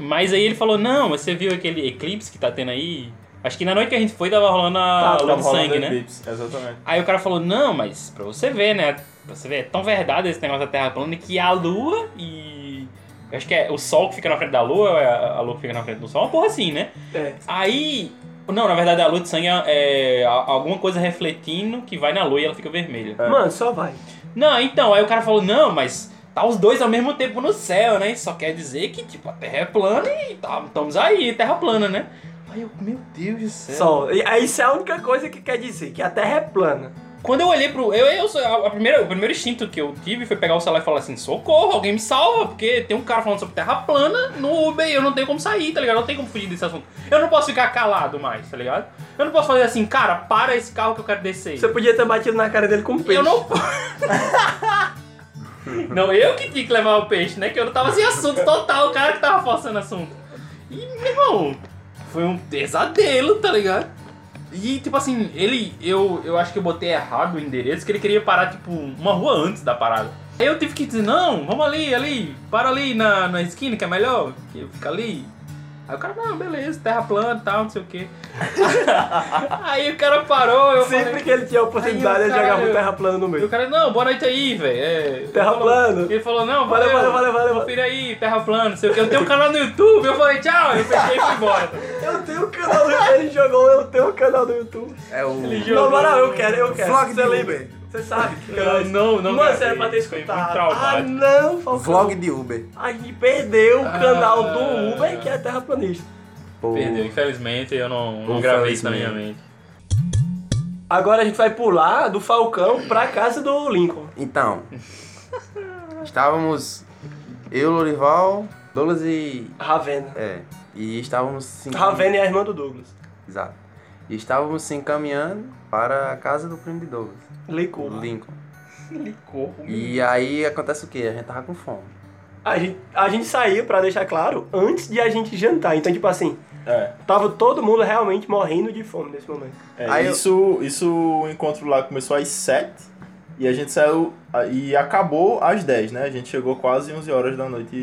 Mas aí ele falou, não, mas você viu aquele eclipse que tá tendo aí? Acho que na noite que a gente foi tava rolando a
Tá,
lua de Ah, sangue, né?
Exatamente.
Aí o cara falou, não, mas pra você ver, né? Pra você ver, é tão verdade esse negócio da Terra plana que a Lua e... eu Acho que é o Sol que fica na frente da Lua, ou é a a Lua que fica na frente do Sol, uma porra assim, né?
É.
Aí... Não, na verdade a Lua de sangue é é a- alguma coisa refletindo que vai na Lua e ela fica vermelha.
Mano, só vai.
Não, então, aí o cara falou, não, mas tá os dois ao mesmo tempo no céu, né? Isso só quer dizer que, tipo, a Terra é plana e tá, estamos aí, Terra plana, né? Aí eu, meu Deus do céu.
Sol. E- aí Isso é a única coisa que quer dizer, que a Terra é plana.
Quando eu olhei pro... Eu, eu, sou- a, a primeira, o primeiro instinto que eu tive foi pegar o celular e falar assim, socorro, alguém me salva, porque tem um cara falando sobre Terra plana no Uber e eu não tenho como sair, tá ligado? Eu Não tem como fugir desse assunto. Eu não posso ficar calado mais, tá ligado? Eu não posso fazer assim, cara, para esse carro que eu quero descer.
Você podia ter batido na cara dele com um peixe.
Eu não. não, eu que tinha que levar o peixe, né? Que eu não tava sem assunto total, o cara que tava forçando assunto. E, meu irmão, foi um pesadelo, tá ligado? E, tipo assim, ele. Eu, eu acho que eu botei errado o endereço, que ele queria parar, tipo, uma rua antes da parada. Aí eu tive que dizer, não, vamos ali, ali, para ali na, na esquina que é melhor, que fica ali. Aí o cara, não, beleza, terra plana e tal, não sei o quê. aí o cara parou, eu falei,
Sempre que ele tinha a oportunidade,
né?
ele
Aí,
jogava
caralho.
um terra plana no
e o
meio.
cara, não, boa noite aí, velho. É,
Terra
falou-
plana.
Ele falou, não,
Valeu,
valeu,
valeu, valeu, valeu.
Confira aí, terra plana, não sei o que. Eu tenho um canal no YouTube, eu falei, tchau, eu fechei e fui embora.
Eu tenho um canal no YouTube, ele jogou, eu tenho um canal no YouTube.
É o.
Ele jogou.
Não, moral, eu quero, eu quero.
Vlog
Você
de
lembra?
Uber.
Você sabe que canal é
Não,
esse?
não, não.
Mano,
gravei.
você era pra ter
Foi muito
escutado. Ah,
traumático.
não, Falcão.
Vlog de Uber.
A gente perdeu o canal
Ah.
do Uber, que é terraplanista.
Pô,
Perdeu, infelizmente, eu não, não gravei isso na minha mente.
Agora a gente vai pular do Falcão pra casa do Lincoln.
Então. estávamos. Eu, Lorival, Douglas e.
Ravena.
É. E estávamos se encaminhando.
Ravena é a irmã do Douglas.
Exato. E estávamos se encaminhando para a casa do primo de Douglas,
Lincoln.
do Lincoln.
Licou.
E aí acontece o quê? A gente tava com fome.
A gente, a gente saiu, pra deixar claro, antes de a gente jantar. Então, tipo assim,
É.
tava todo mundo realmente morrendo de fome nesse momento.
É,
Aí eu-
isso, isso o encontro lá começou às 7 e a gente saiu a- e acabou às 10, né? A gente chegou quase 11 horas da noite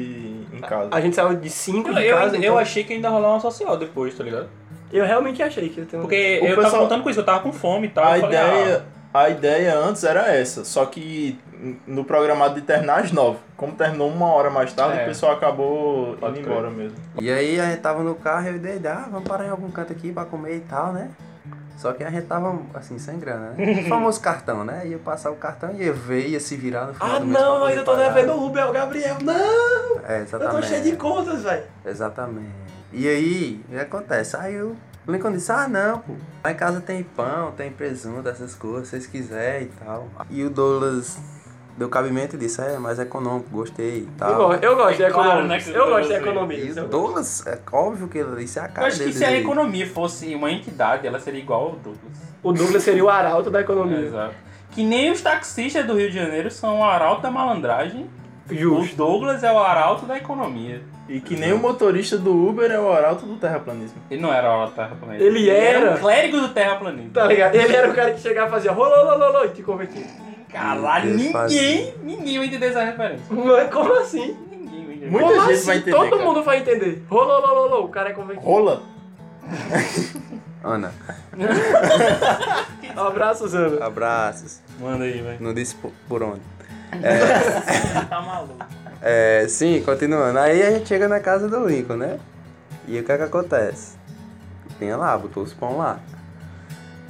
em casa.
A gente saiu de 5
Eu,
de casa.
eu,
então-
eu achei que ainda rolava uma social depois, tá ligado?
eu realmente achei que ia ter um...
Porque
O
eu tava
pessoal-
contando com isso, eu tava com fome e tal.
A
eu falei, "Ah."
ideia, a ideia antes era essa, só que no programado de terminar às 9. Como terminou uma hora mais tarde,
É.
o pessoal acabou
Pode
indo
crer.
embora mesmo.
E aí a gente tava no carro e eu e Deide, ah, vamos parar em algum canto aqui pra comer e tal, né? Só que a gente tava, assim, sem grana, né? O famoso cartão, né? Ia passar o cartão e ia ver, ia se virar no final
Ah,
do mês pra
não,
poder
ainda tô
pagar.
devendo o Uber ao Gabriel. Não,
É,
eu
exatamente.
tô
Tá
cheio de contas, velho.
Exatamente. E aí, o que acontece? Aí o Lincoln disse, ah não, pô, lá em casa tem pão, tem presunto, essas coisas, se vocês quiserem e tal. E o Douglas deu cabimento e disse, é, mais econômico, gostei e
Tá.
Eu,
tal.
gosto- eu gosto de
Claro,
economia.
né, que-
eu gosto de
E
economia.
o
Eu-
Douglas, é óbvio que ele se
"Ah, Eu
acaba.
acho que
é
se a economia fosse uma entidade, ela seria igual ao Douglas.
O Douglas seria o arauto da economia.
É, Exato. Que nem os taxistas do Rio de Janeiro são o arauto da malandragem.
Justo.
O Douglas é o arauto da economia.
E que nem o motorista do Uber é o arauto do terraplanismo.
Ele não era o arauto do terraplanista.
Ele era.
um clérigo do terraplanista.
Tá ligado? Ele era o cara que chegava e fazia rolô, rolô, rolô, e te convertia.
Caralho,
Ele
ninguém,
fazia.
ninguém vai entender essa referência.
Mas como assim?
Ninguém vai entender.
Muito- Muita
Como
gente
assim?
vai entender,
Todo
cara.
mundo vai entender. Rolô, rolô, rolô, o cara é convertido.
Rola?
Ana,
Abraços, Ana.
abraços.
Manda aí, velho.
Não disse por- por onde.
Tá maluco.
É, sim, continuando. Aí a gente chega na casa do Lincoln, né? E o que é que acontece? Tem lá, botou os pão lá.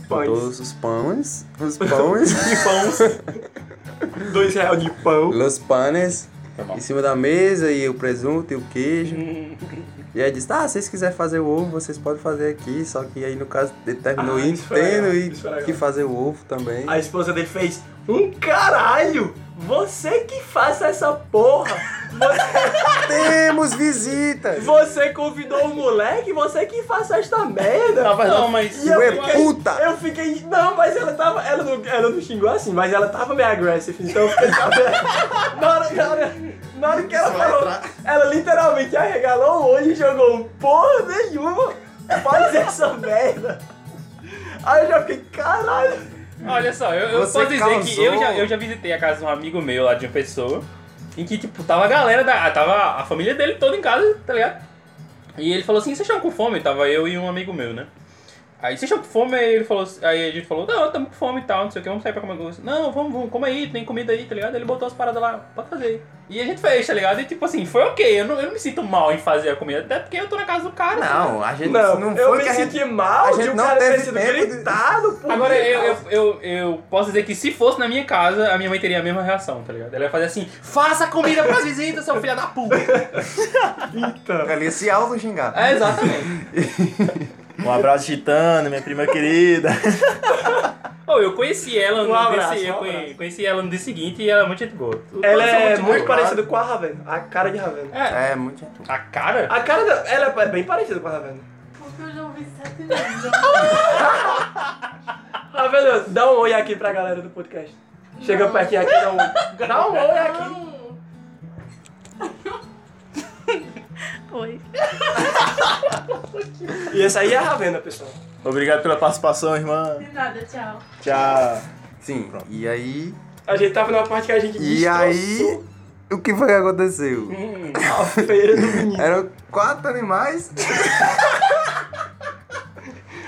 Pães.
Botou os pães, os pães,
De pão. Dois reais de pão.
los panes
Tá
bom.
em cima da mesa e o presunto e o queijo. E aí disse, ah, se vocês quiserem fazer o ovo, vocês podem fazer aqui. Só que aí no caso ele terminou
Ah,
indo
isso foi
tendo
legal,
e
isso foi legal.
que fazer o ovo também.
A esposa dele fez: Um caralho! Você que faça essa porra!
Temos visitas!
Você convidou o moleque, você que faça esta merda!
Não, mas.
E eu-
eu acho-
puta!
Eu fiquei. Não, mas ela tava. Ela não, ela não xingou assim, mas ela tava meio agressiva, então eu fiquei sabendo. na, hora, na, hora, na hora que ela falou, ela literalmente arregalou o olho e jogou um porra nenhuma. Faz essa merda. Aí eu já fiquei, caralho.
Olha só, eu, eu
Você
posso dizer que
causou.
eu já, eu já visitei a casa de um amigo meu lá de uma pessoa, em que, tipo, tava a galera da. Tava a família dele toda em casa, tá ligado? E ele falou assim, vocês estão com fome? Tava eu e um amigo meu, né? Aí vocês estão com fome, aí ele falou assim- aí a gente falou, não, estamos com fome e tal, não sei o que, vamos sair pra comer alguma coisa. Não, vamos, vamos, come aí, tem comida aí, tá ligado? Ele botou as paradas lá, pode fazer. aí. E a gente fez, tá ligado? E tipo assim, foi ok, eu não, eu não me sinto mal em fazer a comida, até porque eu tô na casa do cara. tá ligado?
Não, a gente
Não,
não,
eu
foi
me
que a gente...
senti mal
a
de
gente
o
não
cara ter
teve
sido
tempo de-
gritado por
Agora,
mim.
eu, eu, eu, eu posso dizer que se fosse na minha casa, a minha mãe teria a mesma reação, tá ligado? Ela ia fazer assim, faça comida pras visitas, seu filho da puta.
Ali se alvo xingar.
É, exatamente.
Um abraço gitano, minha prima querida.
Oh, eu conheci ela no
Um abraço,
dia, se-
um
eu conhe-
abraço.
conheci, ela no dia seguinte e ela é muito gente boa. Todos
Ela
são
é
gente
muito
boa.
parecida com a Ravena, a cara de Ravena.
É,
É, muito gente.
a cara?
A cara dela, ela é bem parecida com a Ravena.
Porque eu já ouvi sete vezes.
Ravena, dá um oi aqui pra galera do podcast. Chega pertinho aqui, dá um oi. Dá um oi aqui.
Oi.
E essa aí é a Ravena, pessoal.
Obrigado pela participação, irmã.
De nada, tchau.
Tchau.
Sim, e aí...
A gente tava numa parte que a gente
E aí, o que foi que aconteceu?
Hum. a feira do menino.
Eram quatro animais.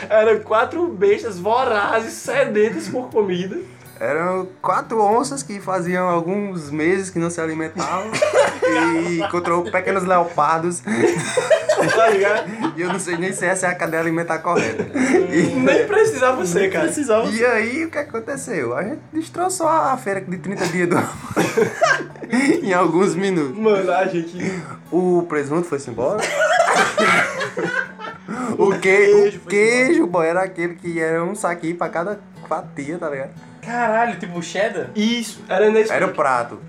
Eram quatro bestas vorazes, sedentas por comida.
Eram quatro onças que faziam alguns meses que não se alimentavam. e encontrou pequenos leopardos.
Tá ligado?
E eu não sei nem se essa é a cadeia alimentar correta.
Nem precisava ser, cara.
Precisava.
E aí, o que aconteceu? A gente destroçou a feira de 30 dias do... em alguns minutos.
Mano, a gente.
O presunto foi-se embora. o, que,
foi-se
o queijo, boy, era aquele que era um saquinho pra cada fatia, tá ligado?
Caralho, tipo cheddar?
Isso, era nesse.
Era o prato.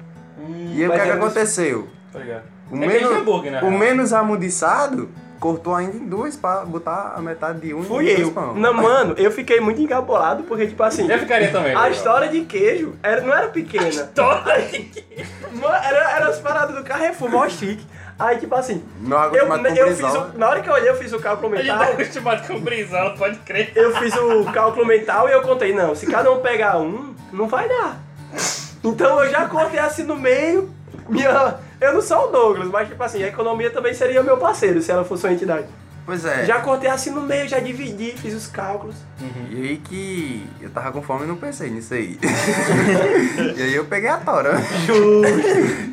E aí,
Hum,
o
mas é
que, que
era
aconteceu?
Tá ligado?
O,
é que é
menos,
hambúrguer, né?
o menos amudiçado cortou ainda em duas pra botar a metade de um
Fui
e dois
eu.
pão.
Não, mano, eu fiei muito engabolado porque, tipo assim.
Eu ficaria também. tá
A história de queijo era, não era pequena. Mano, era, era as paradas do Carrefour, mó chique. Aí, tipo assim,
Não
eu,
acostumado com
eu fiz um-
brisol.
o, na hora que eu olhei, eu fiz o
A
cálculo
gente tá
mental.
acostumado com brisão, pode crer.
Eu fiz o cálculo mental e eu contei, não, se cada um pegar um, não vai dar. Então eu já cortei assim no meio. Minha, eu não sou o Douglas, mas tipo assim, a economia também seria meu parceiro se ela fosse uma entidade.
Pois é.
Já cortei assim no meio, já dividi, fiz os cálculos.
E aí que eu tava com fome e não pensei nisso aí. e aí eu peguei a tora.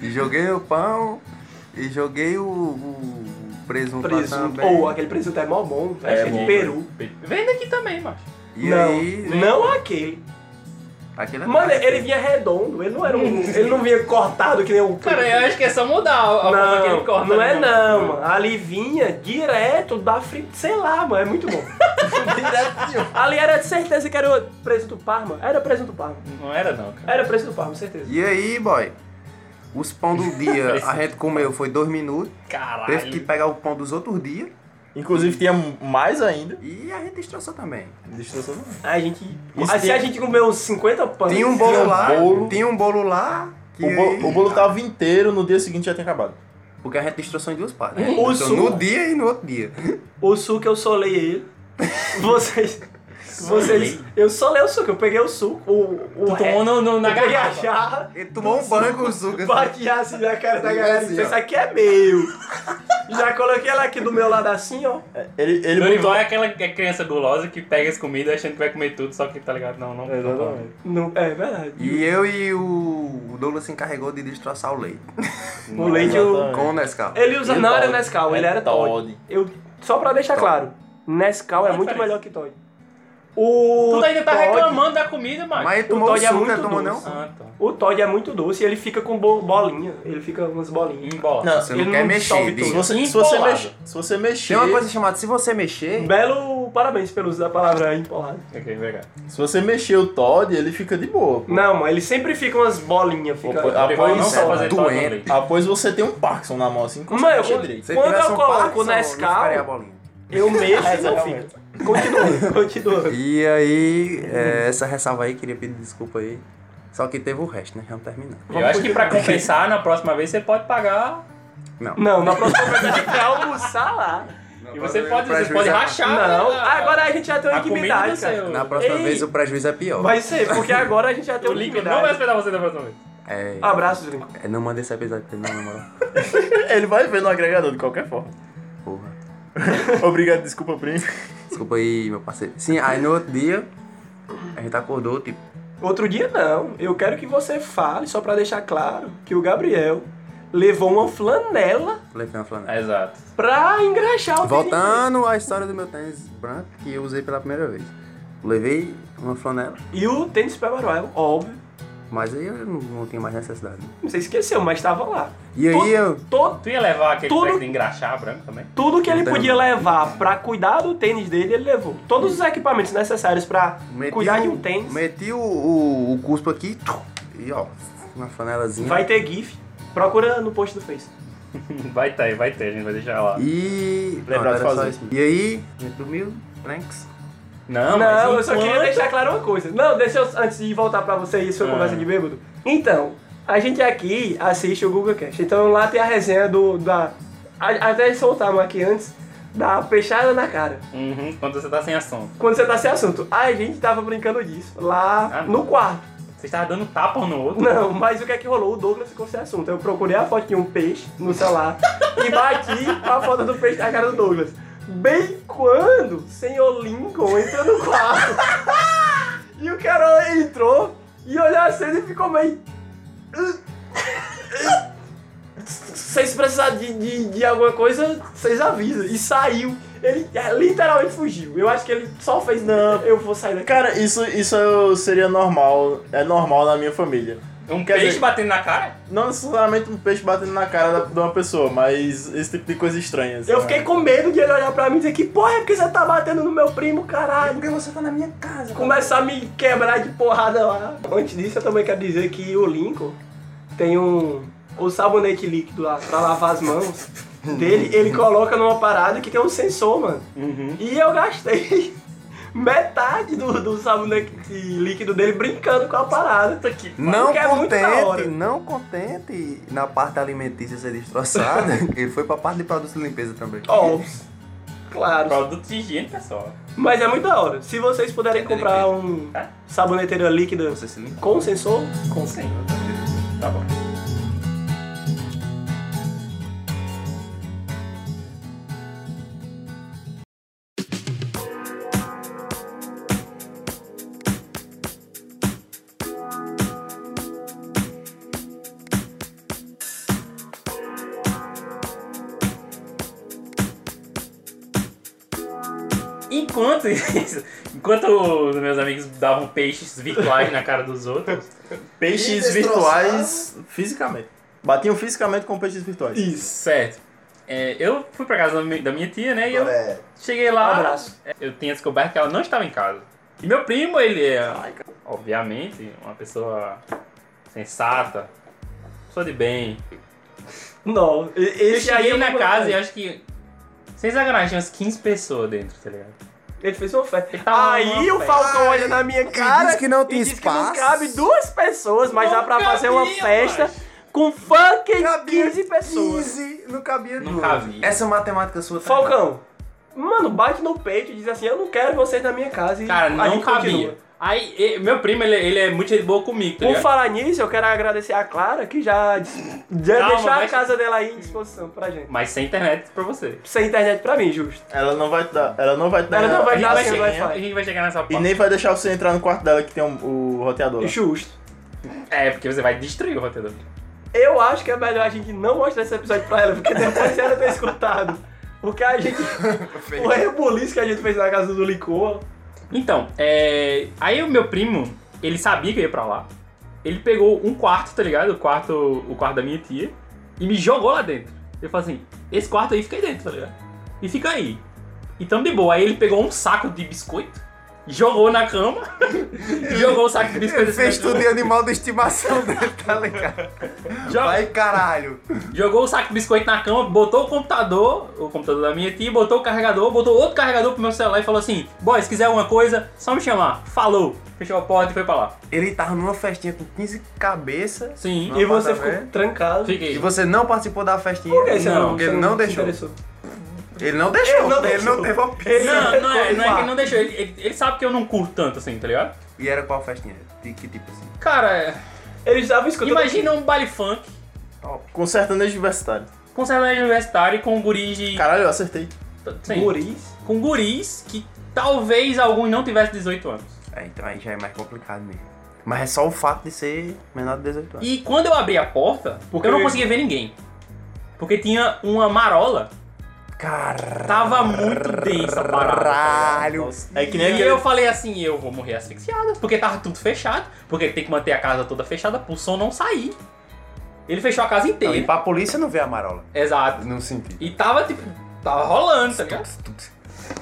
e joguei o pão e joguei o, o presunto, lá
Presunto.
também. né?
Ou aquele presunto é mó bom, é, cheio de peru.
Vem aqui também, macho.
E
não,
aí... né?
não aquele.
Aquele é
Mano,
bom.
ele vinha redondo, ele não era um. ele não vinha cortado que nem um.
Cara, eu acho que é só mudar a a forma que ele
Não,
corta.
não é
né,
não, mano. Ali vinha direto da frente, sei lá, mano, é muito bom.
Direto de um.
Ali era de certeza que era o presunto parma. Era presunto parma.
Não era não, cara.
Era presunto parma, certeza.
E aí, boy? Os pão do dia a gente comeu foi dois minutos. Teve que
Caralho.
pegar o pão dos outros dias.
Inclusive tinha mais ainda.
E a gente destroçou também.
Destrução não.
A gente.
Isso
Aí, se
tem-
a gente comeu uns 50 pães.
Tinha um bolo
tinha um
lá.
bolo.
Tinha um bolo lá. Que
O, bolo, o bolo tava inteiro, no dia seguinte já tinha acabado.
Porque a gente destroçou em duas partes.
Um
Né? Então,
urso.
no dia e no outro dia.
O suco eu solei ele. Vocês. Vocês. Eu solei o suco, eu peguei o suco. O, o
Tu tomou no, no- na
eu peguei a
garrafa.
jarra,
Ele tomou um banho com o suco. assim.
bati assim na cara da galera e
Assim,
disse,
ó.
isso aqui é meu. Já coloquei ela aqui do meu lado assim, ó.
É, Ele, ele
Lorival
botou...
é aquela que é criança gulosa que pega as comidas achando que vai comer tudo, só que tá ligado? Não, não.
Exatamente.
Não, é verdade.
E eu e o, o Douglas se encarregou de destroçar o leite.
O leite eu,
Exatamente.
Com o Nescau.
Ele usa,
Ele
não era
Todd.
Nescau,
É
ele era Todd.
Todd.
Eu, só pra deixar claro, Nescau é
Qual a
muito
diferença?
melhor que Todd. O
Tu ainda tá
Todd-
reclamando da comida, mano.
Mas ele
o
tomou o
Todd é
suco,
muito
ele tomou
doce.
não?
Ah, tá.
O Todd é muito doce e ele fica com bo- bolinha. Ele fica com umas bolinhas.
Embola.
Não,
Você não
Ele
quer
não dissolve
mexer,
se
diga.
você, se você,
Empolado.
mex- se você mexer...
Tem uma coisa chamada, se você mexer,
Belo parabéns pelo uso da palavra empolado.
Ok, obrigado.
Se você mexer o Todd, ele fica de boa. pô.
Não, mas ele sempre fica umas bolinhas. Fica...
Opa,
Lorival
pois
não
é,
sabe fazer toque
doente.
no leite.
Após você tem um Parkinson na mão, assim, quando
Mano,
você
eu
mexer
vou-
direito.
se
Quando
tivesse
eu
um
coloco
Parkinson,
o Nescau-
não ficaria a bolinha.
Eu mexo e
Essa
não
realmente.
fica. Continua, continua.
E aí, é, essa ressalva aí, queria pedir desculpa aí. Só que teve o resto, né? Vamos terminar.
Eu acho que pra compensar, na próxima vez você pode pagar.
Não.
Não, na próxima vez a gente vai almoçar lá.
E você
pra-
pode,
pra
você pode
juizar-
rachar.
Não,
né, a-
agora a gente já tem uma
a comida do
intimidade, cara.
seu.
Na próxima
Ei.
vez o prejuízo é pior.
Vai ser, porque agora a gente já tem
O
uma
Lincoln não vai
intimidade.
hospedar você da próxima vez.
É,
Abraços, Lincoln.
é, não manda esse episódio pra ele, não, na moral.
Ele vai ver no agregador, de qualquer forma.
Porra.
Obrigado, desculpa, primo.
Desculpa aí, meu parceiro. Sim, aí no outro dia, a gente acordou, tipo,
Outro dia não. Eu quero que você fale, só pra deixar claro, que o Gabriel levou uma flanela
levei uma flanela.
Exato.
pra engraxar o
Voltando à história do meu tênis branco que eu usei pela primeira vez. Levei uma flanela,
tênis. E o tênis Super Mario, óbvio.
mas aí eu não, não tinha mais necessidade. né?
Não sei se esqueceu, mas tava lá.
E
Tudo-
aí eu.
Todo,
Tu ia levar aquele
Tudo-
treco de engraxar branco também?
tudo que ele
Entendo.
podia levar pra cuidar do tênis dele, ele levou. Todos os equipamentos necessários pra
Meti
cuidar
o-
de um tênis.
Meti o, o, o cuspo aqui tchum, e ó, uma flanelazinha.
Vai ter GIF. Procura no post do Face.
Vai ter, vai ter, a gente vai deixar lá.
E. pronto,
Lembrar
era
de
só
fazer.
isso. E aí, a gente dormiu, tranks.
Não,
Não, eu
mas
só queria
enquanto-
deixar claro uma coisa. Não, deixa eu, antes de voltar pra você, isso foi
Ah.
conversa de bêbado. Então, a gente aqui assiste o Google Cast. Então lá tem a resenha do, da... a- Até soltaram aqui antes, da peixada na cara.
Uhum, quando você tá sem assunto.
Quando você tá sem assunto. A gente tava brincando disso, lá
Ah,
no
não.
quarto.
Você tava dando tapa um no outro.
Não, mas o que é que rolou? O Douglas ficou sem assunto. Eu procurei a foto de um peixe no celular e bati a foto do peixe na cara do Douglas. Bem quando o senhor Lincoln entrou no quarto. E o cara entrou e olhou a cena e ficou meio. Vocês precisarem de, de, de alguma coisa, vocês avisam. E saiu. Ele é, literalmente fugiu. Eu acho que ele só fez. Não, eu vou sair daqui.
Cara, isso, isso seria normal. É normal na minha família.
Um
Então, Quer
peixe
dizer-
batendo na cara?
Não necessariamente um peixe batendo na cara da- de uma pessoa, mas esse tipo de coisa estranha. assim,
Eu fiquei
né?
com medo de ele olhar pra mim e dizer que porra é porque você tá batendo no meu primo, caralho.
Porque você tá na minha casa.
Começar a me quebrar de porrada lá. Antes disso, eu também quero dizer que o Lincoln tem um. O sabonete líquido lá pra lavar as mãos dele, ele coloca numa parada que tem um sensor, mano.
Uhum.
E eu gastei metade do, do sabonete líquido dele brincando com a parada.
Não
Porque é muito da hora.
contente, não contente na parte alimentícia ser destroçada, ele foi pra parte de produtos de limpeza também.
Óbvio. Claro.
Produto de higiene, pessoal.
Mas é muito da hora. Se vocês puderem comprar um saboneteira líquida
Você se limpa.
com sensor,
Sim. Tá bom. Enquanto isso, enquanto os meus amigos davam peixes virtuais na cara dos outros,
Peixes
E destroçaram.
virtuais fisicamente. Batiam fisicamente com peixes virtuais.
Certo. É, eu fui pra casa da mi- da minha tia, né? E eu
É.
cheguei lá.
Abraço.
é, Eu tinha descoberto que ela não estava em casa. E meu primo, ele é, obviamente, uma pessoa sensata, pessoa de bem.
Não, e-
Eu
esse aí
cheguei
eu
na
vou
casa e
mandar.
acho que. Sem sacanagem, tinha umas 15 pessoas dentro, tá ligado?
Ele fez uma oferta.
Ele tava
aí
numa
o Falcão
Ai,
olha na minha cara.
disse que não tinha
e disse que
espaço.
não cabe duas pessoas, mas dá
Não
pra fazer uma
cabia,
festa
macho.
com fucking
Cabia
15 pessoas.
15, não cabia
Não
duas.
cabia.
Essa matemática sua tá
Falcão, mano, bate no peito e diz assim: Eu não quero vocês na minha casa. E
Cara,
a
não
gente
cabia.
continua.
Aí, e- meu primo, ele, ele é muito gente boa comigo, tá
Por
ligado?
falar nisso, eu quero agradecer a Clara que já, des- já
Calma,
deixou a
mas-
casa dela aí em disposição pra gente.
Mas sem internet pra você.
Sem internet pra mim, justo.
Ela não vai te dar. Ela não vai te dar.
Ela não
A
vai
gente
dar
vai
sem
chegar-
Wi-Fi.
a gente vai chegar nessa
E
parte.
nem vai deixar você entrar no quarto dela que tem um- o roteador. lá.
Justo.
É, porque você vai destruir o roteador.
Eu acho que é melhor a gente não mostrar esse episódio pra ela, porque depois ela ter escutado. Porque a gente. o rebuliço que a gente fez na casa do Licor.
Então, é... aí o meu primo, ele sabia que eu ia pra lá. Ele pegou um quarto, tá ligado? O quarto, o quarto da minha tia. E me jogou lá dentro. Eu falei assim, esse quarto aí fica aí dentro, tá ligado? E fica aí. E tamo de boa. Aí ele pegou um saco de biscoito, jogou na cama, jogou o saco de biscoito. assim na
Fez tudo
cama.
de animal de estimação dele, tá ligado?
Jo-
Vai, caralho.
Jogou o saco de biscoito na cama, botou o computador, o computador da minha tia, botou o carregador, botou outro carregador pro meu celular e falou assim: Boy, se quiser alguma coisa, só me chamar. Falou. Fechou a porta e foi pra lá.
Ele tava numa festinha com 15 cabeças
Sim.
Não,
E você
tá
ficou
vendo?
trancado.
Fiquei.
e você não participou da festinha.
Por que você não,
Não,
porque
você
ele não deixou.
se interessou?
Ele não deixou,
Ele
ele
não deixou.
não, teve opção.
Ele
Não, não é, não é que
Claro.
ele não deixou. Ele, ele- ele sabe que eu não curto tanto assim, tá ligado?
E era qual festinha? De que tipo assim?
Cara, é,
Eles estavam escutando.
imagina um baile funk
Consertando esse universitário.
com sertanejo universitário e com guris de.
Caralho, eu acertei.
Sim,
Guris.
com guris que talvez alguns não tivessem 18 anos.
É, então aí já é mais complicado mesmo. Mas é só o fato de ser menor de 18
Tá.
anos.
E quando eu abri a porta,
Porque-
eu não conseguia ver ninguém. Porque tinha uma marola
Caralho!
Tava muito densa a parada. tá ligado?
É que nem
E
aquele.
eu falei assim, eu vou morrer asfixiada, porque tava tudo fechado, porque tem que manter a casa toda fechada pro som não sair. Ele fechou a casa
Não, E
inteira.
pra polícia não vê a marola.
Exato.
Não sentido.
E tava tipo, tava rolando, tá ligado?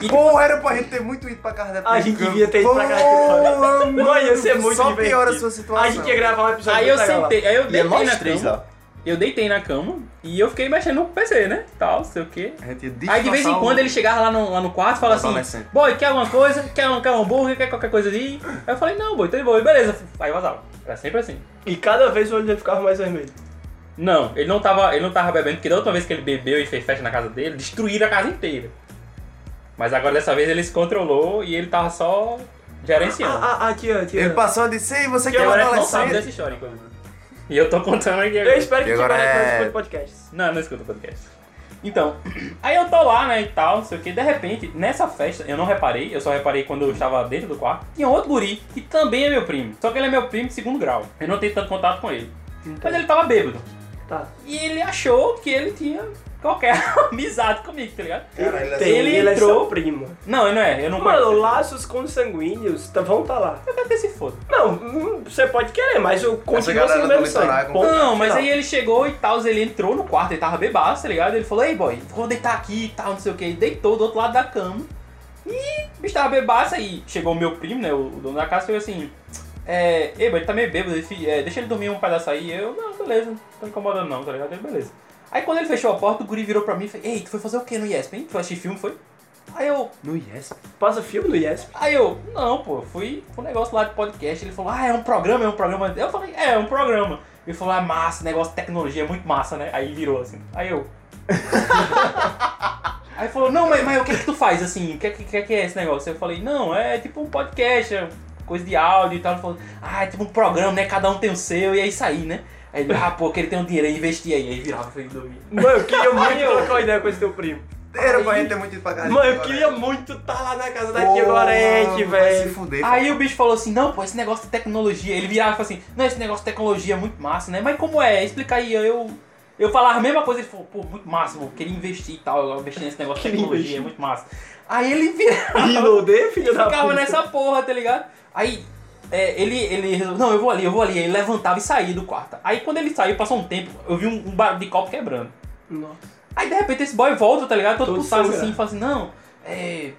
E-
Porra, era pra gente ter muito ido pra casa da
A gente devia ter ido pra casa
Porra,
Não, ia ser muito
Só
divertido.
piora a sua situação.
A gente ia gravar um episódio.
Aí eu
pra ela.
sentei, aí eu
E é
deitei na
nós três
cama.
lá.
Eu deitei na cama e eu fiquei mexendo no PC, né? Tal, sei o quê.
A gente ia
Aí de vez em
disfarçar o-
um
quando ele chegava lá no, lá no quarto e falava assim,
Adolescente.
boy, quer alguma coisa? Quer um, quer um hambúrguer? Quer qualquer coisa ali? Aí eu falei, não, boy, tá de boa. E beleza. Aí vazava. Era sempre assim.
E cada vez o olho dele ficava mais vermelho.
Não, ele não tava, ele não tava bebendo, porque da última vez que ele bebeu e fez festa na casa dele, destruíram a casa inteira. Mas agora dessa vez ele se controlou e ele tava só gerenciando.
Ah, ah, aqui, ó, aqui.
Ele
ó.
passou e disse, ei, você
Que
que é um
agora ele não sabe
adolescente.
dessa história, inclusive. E eu tô contando aqui
Eu
agora.
espero que
E
te
agora é-
conecte com podcast.
Não, não escuta o podcast. Então, aí eu tô lá, né, e tal, não sei o que. De repente, nessa festa, eu não reparei, eu só reparei quando eu estava dentro do quarto, tinha outro guri, que também é meu primo. Só que ele é meu primo de segundo grau. Eu não tenho tanto contato com ele. Mas ele tava bêbado.
Tá.
E ele achou que ele tinha qualquer amizade comigo, tá ligado?
Caralho,
Tem-
essa-
ele
ele é
entrou-
seu primo.
Não, não é, eu não conheço.
Mano, laços consanguíneos tá- vão tá lá.
Eu quero que se foda.
Não, hum, você pode querer, mas eu continuo
galera
sendo
do
meu
litoral é
sangue. Ponto
Não, mas
final.
aí ele chegou e tal, ele entrou no quarto, ele tava bebaço, tá ligado? Ele falou, ei boy, vou deitar aqui e tal, não sei o que. Deitou do outro lado da cama. E o bicho tava bebaço aí. Chegou o meu primo, né, o o dono da casa, falou assim... É, ei, boy, ele tá meio bêbado, ele- é, deixa ele dormir um pedaço aí. Eu, não, beleza, não tô incomodando não, tá ligado? Ele, beleza. Aí quando ele fechou a porta, o guri virou pra mim e falou, ei, tu foi fazer o que no ESPN? Tu foi assistir filme, foi? Aí eu,
No Yes.
Passa filme no Yes.
Aí eu, não, pô, fui pro negócio lá de podcast. Ele falou, ah, é um programa, é um programa. Eu falei, é, é um programa. Ele falou, ah, massa, negócio de tecnologia, é muito massa, né? Aí virou assim. Aí eu. Aí falou, não, mas, mas o que é que tu faz assim? O que, é que, que é que é esse negócio? Eu falei, não, é tipo um podcast, é coisa de áudio e tal. Ele falou, ah, é tipo um programa, né? Cada um tem o seu e é isso aí, né? Aí ele, ah, pô, que ele tem um dinheiro aí, investir aí. Aí virava, foi dormir.
Mano, eu queria muito trocar uma ideia com esse teu primo.
Era pra gente ter muito ido pra casa
Mano, eu
da
queria um muito estar lá na casa da
Porra,
tia Gorete,
vai Se
velho.
fuder.
Aí o bicho falou assim, não, pô, esse negócio de tecnologia, ele virava e falou assim, não, esse negócio de tecnologia é muito massa, né? Mas como é? Explica aí, eu. Eu falava a mesma coisa, ele falou, pô, muito massa, eu queria investir e tal, eu investi nesse negócio de
Queria
tecnologia,
investir.
é muito massa. Aí ele virava,
Rinodê, filho da
ficava
puta.
nessa porra, tá ligado? Aí é, ele, ele resolveu, não, eu vou ali, eu vou ali, aí ele levantava e saía do quarto. Aí quando ele saiu, passou um tempo, eu vi um, um barulho de copo quebrando.
Nossa.
Aí de repente esse boy volta, tá ligado? Todo,
Todo
puxado
sangrado.
assim, fala assim, não, é.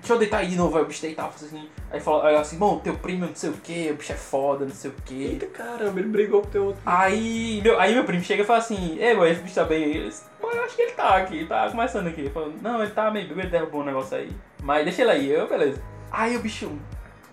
Deixa eu deitar aí de novo, aí o bicho deitar, fala assim. Aí fala aí assim, bom, teu primo é não sei o que, o bicho é foda, não sei o que.
Eita caramba, ele brigou com o teu outro.
Aí meu, aí meu primo chega e fala assim, ei, boy, esse bicho tá bem. Eu disse, "Boy, eu acho que ele tá aqui, tá começando aqui. Ele falou, não, ele tá meio bêbado, ele derrubou um negócio aí. Mas deixa ele aí, eu, beleza. Aí o bicho.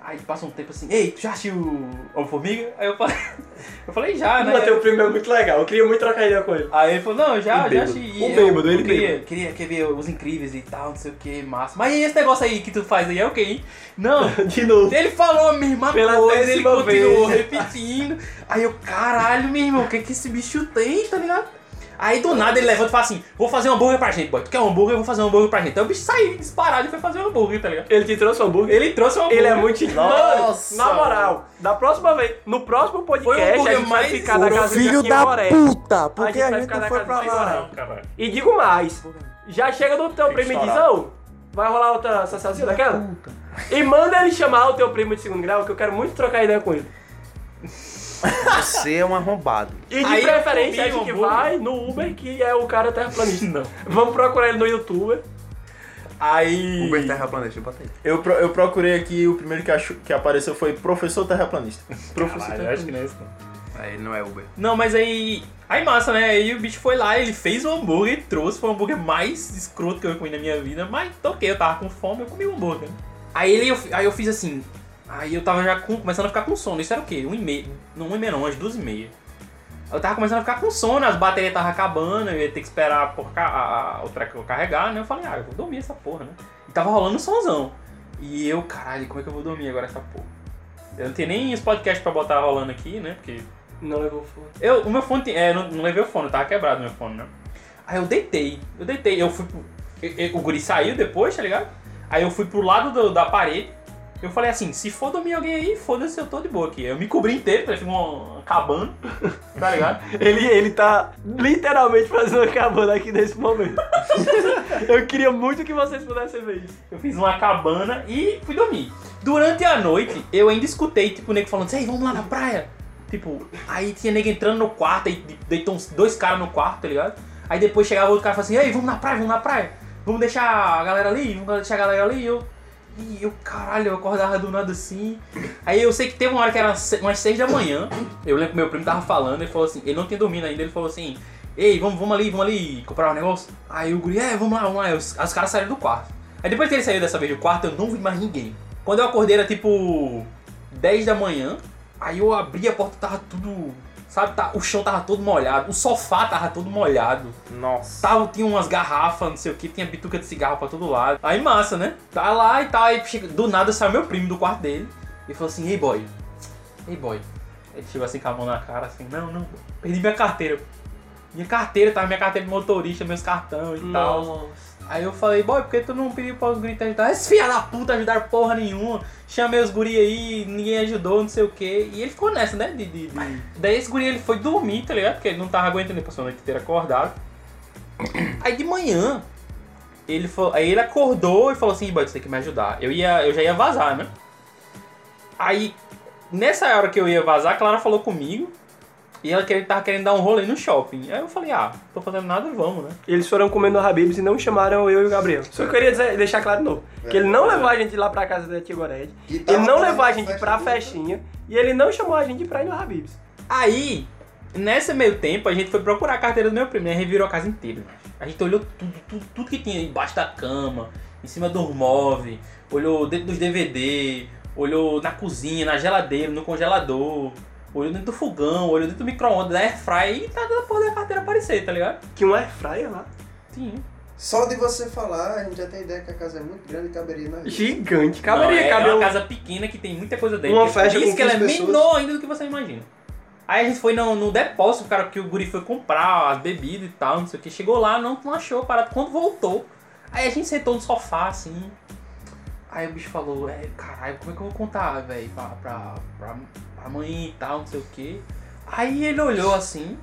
Aí passa um tempo assim, ei, tu já assistiu Homem-Formiga? Aí eu falei, eu falei já, né?
Mas teu primo é muito legal, eu queria muito trocar ideia com ele.
Aí ele falou, não, já,
O
já
Um bêbado.
achei.
O bêbado, ele
queria, queria, queria ver os incríveis e tal, não sei o que, massa. Mas e esse negócio aí que tu faz aí é o quê, hein? Não,
De novo.
ele falou a mesma
Pela
coisa, ele
décima
continuou repetindo. Aí eu, caralho, meu irmão, o que que esse bicho tem, tá ligado? Aí do nada ele levanta e fala assim, vou fazer um hambúrguer pra gente, boy. Tu quer um hambúrguer? Eu vou fazer um hambúrguer pra gente. Aí o bicho saiu disparado e foi fazer um hambúrguer, tá ligado?
Ele te trouxe um hambúrguer?
Ele trouxe um hambúrguer.
Ele é muito gente boa.
Nossa,
Na moral, da próxima vez, no próximo podcast,
hambúrguer
a gente vai
mais
ficar na casa
Filho
de
da
Moré.
puta!
A
Por que
gente
a
vai
gente
ficar na
não foi
casa
pra
do
lá?
E digo mais, já chega do teu
Fica
primo e diz,
estourado.
ô, vai rolar outra assassinação daquela? E manda ele chamar o teu primo de segundo grau, que eu quero muito trocar ideia com ele.
Você é um arrombado.
E de
Aí
preferência, a
comigo,
gente
hambúrguer.
vai no Uber, que é o cara terraplanista.
Não.
Vamos procurar ele no YouTube.
Aí.
Uber Terraplanista, bota aí.
Eu, pro- eu procurei aqui, o primeiro que, achou- que apareceu foi Professor Terraplanista. Professor
Caralho, eu acho que não é isso, não.
Aí não é Uber.
Não, mas aí. Aí massa, né? Aí o bicho foi lá, ele fez o hambúrguer, trouxe, foi o hambúrguer mais escroto que eu comi na minha vida, mas toquei, eu tava com fome, eu comi o hambúrguer. Aí ele, eu, fi- aí eu fiz assim. Aí eu tava já com- começando a ficar com sono. Isso era o quê? Um e meia. Não, um e meia não, umas duas e meia. Eu tava começando a ficar com sono, as baterias estavam acabando, eu ia ter que esperar a porca, a, a, o treco carregar, né? Eu falei, ah, eu vou dormir essa porra, né? E tava rolando um sonzão. E eu, caralho, como é que eu vou dormir agora essa porra? Eu não tenho nem esse podcast pra botar rolando aqui, né? Porque
Não levou fome.
eu, o meu fone, tem- é, não, não levei o fone, tava quebrado o meu fone, né? Aí eu deitei, eu deitei, eu fui pro, e- e- o guri saiu depois, tá ligado? Aí eu fui pro lado do- da parede, eu falei assim, se for dormir alguém aí, foda-se, eu tô de boa aqui. Eu me cobri inteiro, tá ligado? uma cabana, tá ligado?
Ele, ele tá literalmente fazendo a cabana aqui nesse momento. eu queria muito que vocês pudessem ver isso.
Eu fiz uma cabana e fui dormir. Durante a noite, eu ainda escutei, tipo, o nego falando, ei, vamos lá na praia. Tipo, aí tinha nego entrando no quarto, aí deitou uns dois caras no quarto, tá ligado? Aí depois chegava outro cara e falava assim, ei, vamos na praia, vamos na praia. Vamos deixar a galera ali, vamos deixar a galera ali. E eu, e eu caralho, eu acordava do nada assim. Aí eu sei que teve uma hora que era se- umas seis da manhã. Eu lembro que meu primo tava falando, ele falou assim, ele não tinha dormido ainda, ele falou assim, ei, vamos, vamos ali, vamos ali comprar um negócio. Aí o guri, é, vamos lá, vamos lá. Aí Os, os caras saíram do quarto. Aí depois que ele saiu dessa vez do quarto, eu não vi mais ninguém. Quando eu acordei era tipo 10 da manhã, aí eu abri a porta, tava tudo. Sabe, tá, o chão tava todo molhado, o sofá tava todo molhado.
Nossa.
Tava, tinha umas garrafas, não sei o que, tinha bituca de cigarro pra todo lado. Aí massa, né? Tá lá e tal, aí chega- do nada saiu meu primo do quarto dele e falou assim, ei boy, ei boy. Ele chegou assim com a mão na cara, assim, não, não, perdi minha carteira. Minha carteira, tá? Minha carteira de motorista, meus cartões e tal. Aí eu falei, boy, por que tu não pediu para os guris te ajudar? Esse filho da puta ajudar porra nenhuma. Chamei os guri aí, ninguém ajudou, não sei o que. E ele ficou nessa, né? De, de- de- Daí esse guri ele foi dormir, tá ligado? Porque ele não tava aguentando, ele passou a noite inteira acordado. Aí de manhã, ele falou, aí ele acordou e falou assim, boy, tu tem que me ajudar. Eu, ia, eu já ia vazar, né? Aí, nessa hora que eu ia vazar, a Clara falou comigo. E ela queria, tava querendo dar um rolê no shopping. Aí eu falei, ah, tô fazendo nada, vamos, né?
Eles foram comendo Habibs e não chamaram eu e o Gabriel. Só que eu queria dizer- deixar claro de novo. Que ele não levou a gente lá pra casa da Tia Gorete, ele não levou a gente pra festinha e ele não chamou a gente pra ir no Habibs.
Aí, nesse meio tempo, a gente foi procurar a carteira do meu primo, né? Revirou a casa inteira. macho. A gente olhou tudo, tudo, tudo que tinha embaixo da cama, em cima dos móveis, olhou dentro dos DVD, olhou na cozinha, na geladeira, no congelador, olhou dentro do fogão, olhou dentro do micro-ondas, da airfryer e tá dando porra da carteira aparecer, tá ligado?
Que um airfryer lá.
Sim.
Só de você falar, a gente já tem ideia que a casa é muito grande e caberia na gente.
Gigante. Caberia,
Não, é, é
cabelo.
uma casa pequena que tem muita coisa dentro.
Uma
Por
festa
isso
com
que ela é
15 pessoas.
menor ainda do que você imagina. Aí a gente foi no, no depósito, cara, que o guri foi comprar as bebidas e tal, não sei o que. Chegou lá, não, não achou parado. Quando voltou, aí a gente sentou no sofá, assim. Aí o bicho falou, é, caralho, como é que eu vou contar, velho, pra, pra, pra, pra mãe e tal, não sei o que. Aí ele olhou assim,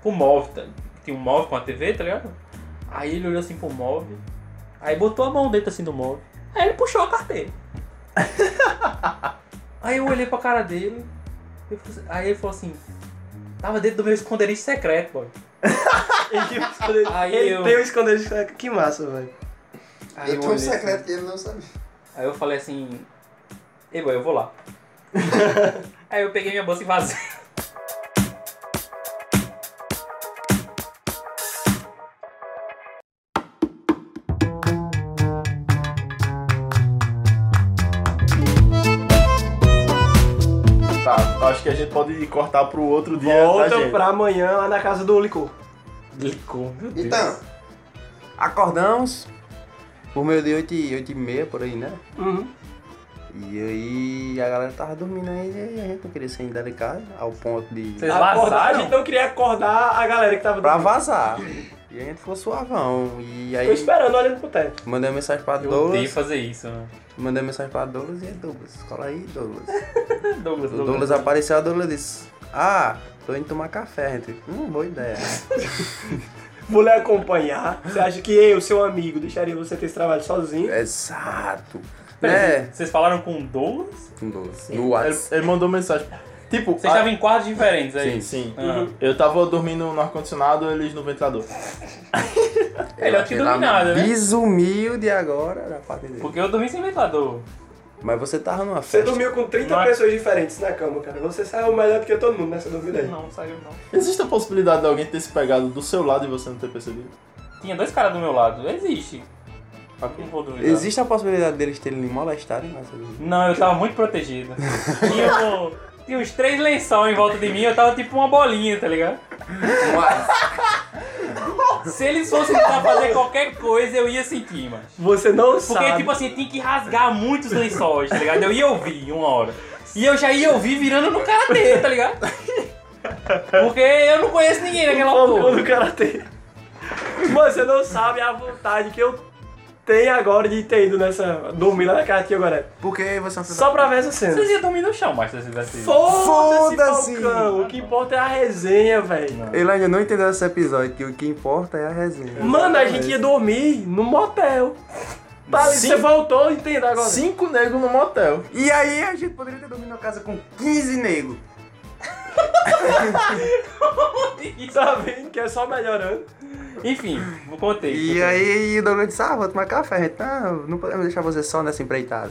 pro móvel, tá? tem um móvel com a TV, tá ligado? Aí ele olhou assim pro móvel, aí botou a mão dentro assim do móvel, aí ele puxou a carteira. Aí eu olhei pra cara dele. eu falei assim- aí ele falou assim: Tava dentro do meu esconderijo secreto, boy.
Ele tem um esconderijo.
Aí
ele
eu-
tem um esconderijo. Que massa, velho.
Aí
Eu
eu
tenho um
olhei assim.
secreto que ele não sabia.
Aí eu falei assim, ei boy, eu vou lá. Aí eu peguei minha bolsa e vazei.
Tá, acho que a gente pode cortar pro outro dia da
Volta
É gente.
pra amanhã lá na casa do licor.
Licou, meu Deus.
Então,
Acordamos por meio de 8 e, 8 e meia, por aí, né?
Uhum.
E aí a galera tava dormindo ainda e a gente não queria ser indelicado ao ponto de.
Vocês
Acordar, a
vazaram?
gente não queria acordar a galera que tava
pra
dormindo.
vazar. E a gente ficou suavão. E aí
Tô esperando, olhando pro teto.
mandei uma mensagem pra
Eu odeio
Douglas.
fazer isso, mano.
Mandei uma mensagem pra Douglas e é Douglas. Cola aí, Douglas.
Douglas,
O Douglas apareceu, a Douglas disse: Ah, tô indo tomar café, gente. Hum, boa ideia.
Vou lhe acompanhar. Você acha que eu, seu amigo, deixaria você ter esse trabalho sozinho?
Exato.
Peraí,
Né?
Vocês falaram com o Douglas?
Com Douglas. No WhatsApp.
Ele, ele mandou mensagem. Tipo,
Vocês
Ah.
a-
estavam em quartos diferentes aí.
Sim, sim.
Ah.
Eu tava dormindo no ar-condicionado, eles no ventilador.
Melhor que dormir nada, né?
Desumilde agora era pra dizer.
Porque eu dormi sem ventilador.
Mas você tava numa
Você
festa.
dormiu com 30
Não.
pessoas diferentes na cama, cara. Você saiu melhor do que todo mundo nessa dúvida aí.
Não, saiu não.
Existe a possibilidade de alguém ter se pegado do seu lado e você não ter percebido?
Tinha dois caras do meu lado. Existe. Não vou duvidar.
Existe a possibilidade deles terem lhe molestado, mas eu não-
Não, eu tava muito protegido. Tinha, um- tinha uns três lençol em volta de mim, eu tava tipo uma bolinha, tá ligado? Se eles fossem tentar fazer qualquer coisa, eu ia sentir, mano.
Você não
Porque,
sabe.
tipo assim, tinha que rasgar muitos lençóis, tá ligado? Eu ia ouvir uma hora. E eu já ia ouvir virando no cara dele, tá ligado? Porque eu não conheço ninguém naquela
Como
altura.
quando o cara tem. Mano, você não sabe a vontade que eu tenho agora de ter ido nessa. dormir lá na casa aqui agora.
Porque você é uma pessoa.
Só pra ver essa cena.
Vocês iam dormir no chão, mas se vocês assim. tivessem ido.
Foda-se,
Foda-se.
Falcão. O que importa é a resenha, velho.
Ele ainda não entendeu esse episódio, que o que importa é a resenha.
Mano, a gente ia dormir num motel. Tá, você
Sim.
voltou, entenda agora.
Cinco negros no motel.
E aí a gente poderia ter dormido na casa com 15 negros.
Tá vendo que é só melhorando.
Enfim, vou contei.
E aí o Douglas disse, ah, vou tomar café. gente, ah, não podemos deixar você só nessa empreitada.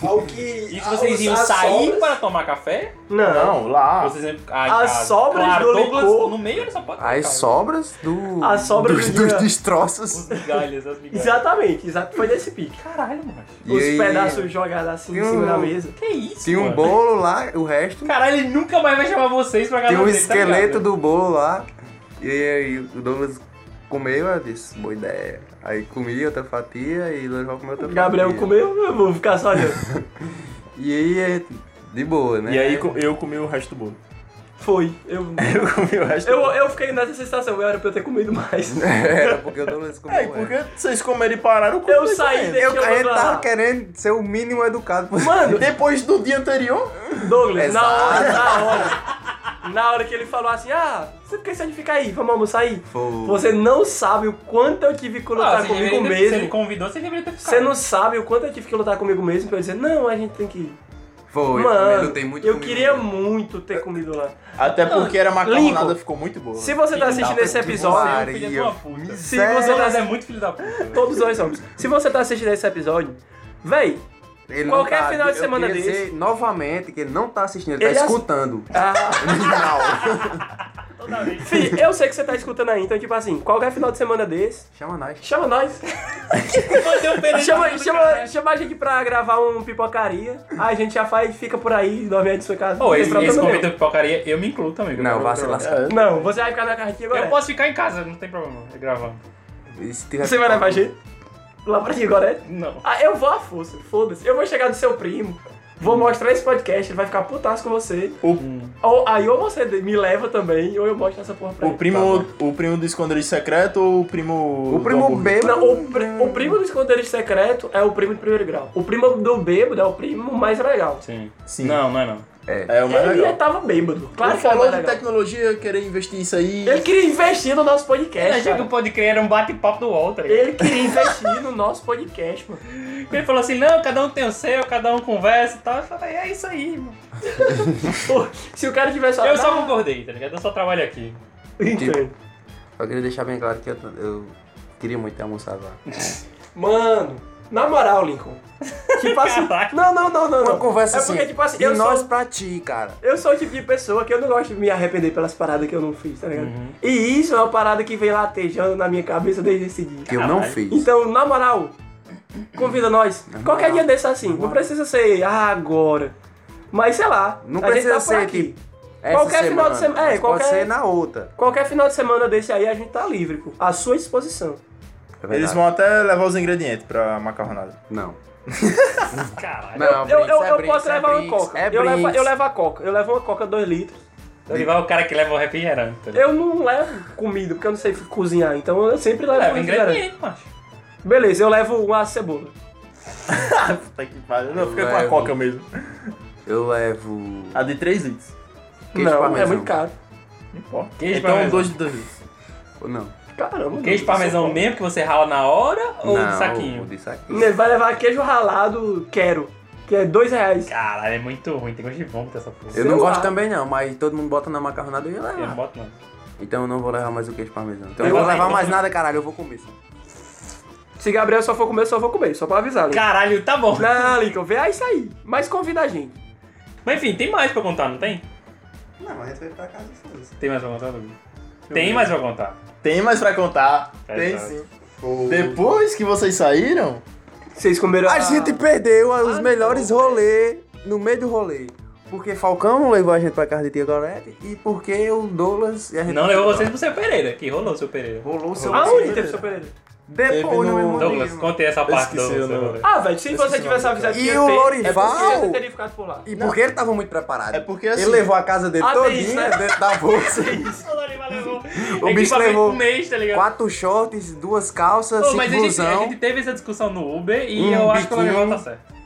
Ao que.
E se vocês iam sair para tomar café?
Não.
Não, lá.
Vocês iam. Ai,
Ah, As
cara.
sobras do
Douglas,
licor-
No meio ele só pode
As
colocar
sobras do.
As sobras
dos,
do dia.
dos destroços.
Os migalhas, as migalhas.
É. Exatamente, exato. Foi nesse pique.
Caralho, mano.
E
Os
aí,
pedaços jogados assim em
Tem
cima
um-
da mesa.
Que isso?
Tinha um
mano?
bolo lá, o resto.
Caralho, ele nunca mais vai chamar vocês pra
Tem
gravar
um
dele, tá
esqueleto
ligado?
do bolo lá. E aí o Douglas comeu, eu disse, boa ideia. Aí comi outra fatia e o Lorival comeu outra
Gabriel
fatia.
comeu, eu vou ficar só olhando.
E aí é de boa, né?
E aí co- eu comi o resto do bolo.
Foi. Eu,
Eu comi o resto
eu,
do bolo.
eu fiquei nessa sensação, eu era pra eu ter comido mais.
Era porque o Douglas comeu.
É, e
era.
porque vocês comeram e pararam, né? eu comi
Eu saí
também.
daqui, eu,
Eu, a gente
vou lá.
tava querendo ser o mínimo educado possível.
Mano,
Depois do dia anterior,
Douglas, na
Exato.
hora, na hora. Na hora que ele falou assim, ah, você por que você fica aí? Vamos almoçar aí.
Foi.
Você não sabe o quanto eu tive que
Ah,
lutar
você
comigo
deveria ter- Se ele
mesmo.
convidou, você deveria ter ficado.
Você não sabe o quanto eu tive que lutar comigo mesmo pra eu dizer, não, a gente tem que ir.
Foi, também
Mano,
lutei muito
eu
comigo.
queria muito ter comido lá.
até porque era macarronada,
Lincoln.
ficou muito boa.
Se você tá
Filho
assistindo
da
esse
puta,
episódio,
Você é
desculpa.
um filho de uma puta.
se você tá
Douglas é muito filho da puta. velho.
Todos nós somos. Se você tá assistindo esse episódio, véi,
Ele não
qualquer
tá-
final de
eu
semana
queria
desse-
dizer novamente que ele não tá assistindo, ele,
Ele
tá
ass-
escutando.
ah,
Original.
Toda vez.
fi, eu sei que você tá escutando aí, então, tipo assim, qualquer final de semana desse,
Chama nós.
chama nós.
Você é um perito
Chama,
do
chama,
caralho.
chama a gente pra gravar um pipocaria. Aí a gente já faz, fica por aí, dorme aí de sua casa.
Ô,
Tem
esse,
problema
esse
nenhum.
convite de pipocaria, eu me incluo também. que eu
Não,
quero
vá se
gravar.
lascar.
Não, você vai ficar na carretinha agora.
Eu posso ficar em casa, não tem problema. é Gravando.
E se tiver-
Você vai levar a gente? Lá pra aqui, Gorete?
Não.
Ah, eu vou à força, foda-se. Eu vou chegar do seu primo, vou mostrar esse podcast, ele vai ficar putaço com você. Ou, aí ou você me leva também, ou eu mostro essa porra pra
O
ele.
primo, o primo do esconderijo secreto ou Tá o primo.
O
do
primo
hambúrguer?
bêbado.
Não, o, pri- o primo do esconderijo secreto é o primo de primeiro grau. O primo do bêbado é o primo mais legal.
Sim.
Sim.
Não, não é não.
É o mais
Ele
legal.
tava bêbado. Claro
Ele
que era mais
falou de
legal.
tecnologia, querer investir isso aí.
Ele queria investir no nosso
Ele
podcast.
achou que
cara.
o Pode Crer era um bate-papo do Walter.
Ele queria investir no nosso podcast, mano.
Ele falou assim, não, cada um tem o seu, cada um conversa e tal. Eu falei, é isso aí, mano.
Pô, Se o cara tivesse.
Eu só tá
Não, Então,
concordei, tá ligado? Eu só trabalho aqui.
Tipo,
Entendo.
Só queria deixar bem claro que eu, eu queria muito ter almoçado lá.
Mano, na moral, Lincoln. Tipo assim. Não, não, não, não.
Uma
não.
conversa
é
assim.
porque, tipo assim,
e
eu
nós
sou.
pra ti, cara.
Eu sou o tipo de pessoa que eu não gosto de me arrepender pelas paradas que eu não fiz, tá ligado? E isso é uma parada que vem latejando na minha cabeça desde esse dia.
Que eu não fiz.
Então, na moral, convida nós. Qualquer dia desse assim. Não precisa ser ah, agora. Mas sei lá.
Não
a gente
precisa
tá por
ser
aqui.
que Essa
Qualquer final de semana- é,
mas
qualquer-
Pode ser na outra.
Qualquer final de semana desse aí a gente tá livre, pô. À sua disposição.
É
Eles
verdade.
vão até levar os ingredientes pra macarronada.
Não.
Caralho.
Não,
eu
Brinks,
eu,
é
eu
Brinks,
posso
é
levar uma
Brinks,
coca.
É
eu, levo,
Brinks.
eu levo a coca. Eu levo uma coca 2 litros.
Lorival é o cara que leva o refrigerante. tá ligado?
Eu não levo comida, porque eu não sei cozinhar. Então eu sempre levo
Leva
refrigerante.
ingrediente, macho.
Beleza, eu levo uma cebola.
Puta que pariu. Não, fica
é, Eu
com a
levo.
coca mesmo.
Eu levo.
A de 3 litros.
Queijo
não, é
parmesão.
muito caro.
Não importa.
Queijo
então,
parmesão.
2 de 2 litros.
É. Ou Não.
Caramba. mano.
Queijo parmesão mesmo que você rala na hora ou
não,
de saquinho?
o De saquinho.
Ele vai levar queijo ralado, quero. Que é dois reais.
Caralho, é muito ruim, tem gosto de vômito essa porra.
Eu
Sei
não
lá.
gosto também não, mas todo mundo bota na macarronada e eu
Eu não
levo.
boto não.
Então eu não vou levar mais o queijo parmesão. Então
Eu
eu não vou
levo.
levar mais nada, caralho, eu vou comer. sim.
Se Gabriel só for comer, eu só vou comer. Só pra avisar, Lincoln.
Caralho, tá bom.
Não, Lincoln, vê aí isso aí. Mas convida a gente.
Mas enfim, tem mais pra contar, não tem?
Não, a gente vai pra casa e foda-se.
Tem mais pra contar, Dudu? Tem mais pra contar.
Tem mais pra contar?
É,
Tem
tá.
sim. Depois que vocês saíram,
Vocês
Ah.
comeram
A gente perdeu os melhores rolês no meio do rolê. Porque Falcão não levou a gente pra casa de Tia Gorete e porque o Douglas e a gente
Não levou vocês pro seu Pereira, que rolou o seu Pereira.
rolou o seu
Aonde teve seu Pereira?
Teve no-
depois no mesmo
Douglas,
dia.
contei essa parte do
esqueci o
seu
nome.
rolê.
Ah, velho, se você tivesse avisado que
E
ia
o
ter,
Lorival?
É possível que eu teria ficado por lá.
E porque ele tava muito preparado.
É porque, assim-
Ele levou a casa dele
Ah, tem
todinha
isso, né?
dentro da bolsa.
O Lorival levou um
O bicho
equipamento
levou
pro mês, tá ligado?
Quatro shorts, duas calças,
Ô,
cinco
mas a gente, a
blusão.
gente teve essa discussão no Uber e
Um
eu acho que o Lorival tá
biquinho.
certo.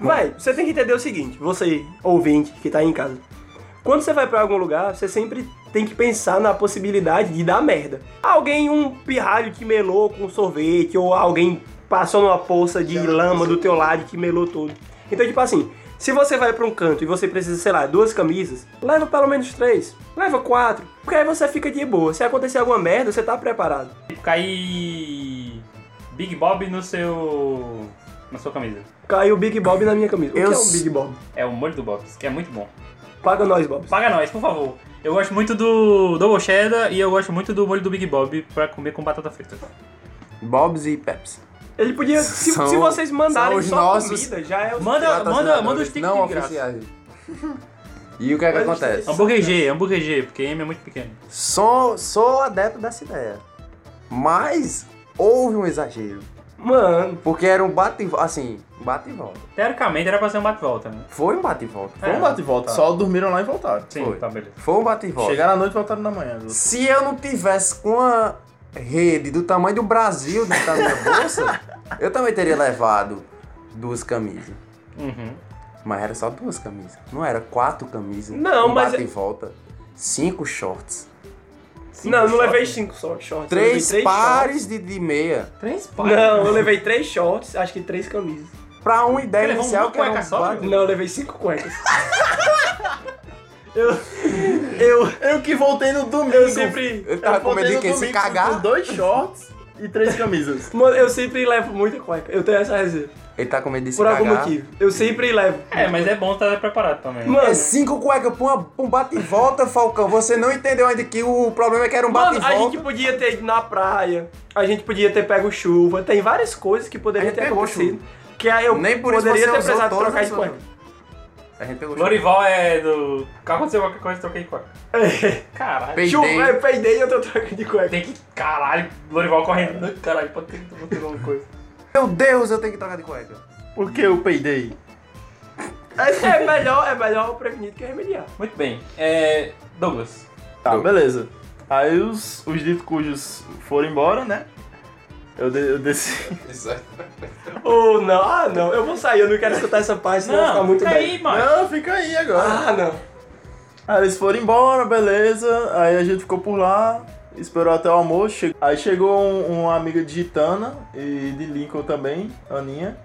Vai, você tem que entender o seguinte, você ouvinte que tá aí em casa. Quando você vai pra algum lugar, você sempre tem que pensar na possibilidade de dar merda. Alguém, um pirralho que melou com um sorvete, ou alguém passou numa poça de lama do teu lado que melou tudo. Então, tipo assim, se você vai pra um canto e você precisa, sei lá, duas camisas, leva pelo menos três, leva quatro, porque aí você fica de boa. Se acontecer alguma merda, você tá preparado.
Cair Big Bob no seu... na sua camisa.
Caiu o Big Bob na minha camisa. O
Eu
que é um
s-
Big Bob?
É o molho do Bob, que é muito bom.
Paga nós, Bob.
Paga nós, por favor. Eu gosto muito do Double Cheddar e eu gosto muito do molho do Big Bob pra comer com batata frita.
Bob's e Pepsi.
Ele podia. Se,
São-
se vocês mandarem
são os
só
nossos-
comida, já é o.
Manda, manda, manda os
Patrocinadores
tickets
Não
de graça.
oficiais. E o que é que
Mas
acontece?
Hambúrguer G, hambúrguer G, porque M é muito pequeno.
Sou, sou adepto dessa ideia. Mas houve um exagero.
Mano,
Porque era um bate e volta. Assim, bate e volta.
Teoricamente era pra ser um bate-volta, né?
Foi um bate e volta.
vamos bater e volta.
tá.
Só dormiram lá e voltaram.
Sim,
Foi.
tá, beleza.
Foi um bate e volta.
Chegaram à noite e voltaram na manhã.
Se eu não tivesse com a rede do tamanho do Brasil dentro da minha bolsa, eu também teria levado duas camisas.
Uhum.
Mas era só duas camisas. Não era quatro camisas.
Não,
um
mas
Bate
é-
e volta. Cinco shorts.
não, eu não levei cinco só, shorts. eu levei
Três,
shorts.
pares de, de meia.
Três pares.
Não, eu levei três shorts, acho que três camisas.
Pra um e dez
levou
inicial
uma
que era
cueca
um
só,
bate-
meu?
Não, eu levei cinco cuecas. eu. Eu.
Eu que voltei no domingo.
Eu sempre.
Eu tava com medo de quem se
Com
cagar.
dois shorts e três camisas.
Mano, eu sempre levo muita cueca. Eu tenho essa reserva.
Ele tá com medo de se
Por
cagar.
algum motivo. Eu sempre levo.
É, mas é bom estar preparado também. né?
Mano,
É cinco cuecas pra, uma- pra um bate e volta, Falcão. Você não entendeu ainda que o problema é que era um bate
mano, a
e volta.
gente podia ter ido na praia, a gente podia ter pego chuva, tem várias coisas que poderiam
A gente
ter
pegou
acontecido. Que aí eu
Nem por isso
poderia
você
ter
usou
precisado
todas
trocar
as
de
suas-
cueca.
A gente pegou
Lorival é do. Aconteceu qualquer coisa, troquei de cueca. Caralho.
Peidei.
Chuva, eu peidei e eu tô trocando de cueca.
Tem que. Caralho, Lorival correndo. Caralho, pode ter que ter alguma coisa.
Meu Deus, eu tenho que trocar de cueca.
Porque eu peidei.
É melhor, é melhor prevenir do que remediar.
Muito bem. É. Douglas.
Tá,
Eu-
beleza. Aí os, os ditos cujos foram embora, né? Eu, de- eu desci.
Ou não, ah não, eu vou sair, eu não quero escutar essa parte, senão vai ficar muito
fica
bem.
aí, mano.
Não, fica aí agora.
Ah não.
Aí eles foram embora, beleza. Aí a gente ficou por lá, esperou até o almoço. Che- Aí chegou um- uma amiga de Gitana e de Lincoln também, Aninha.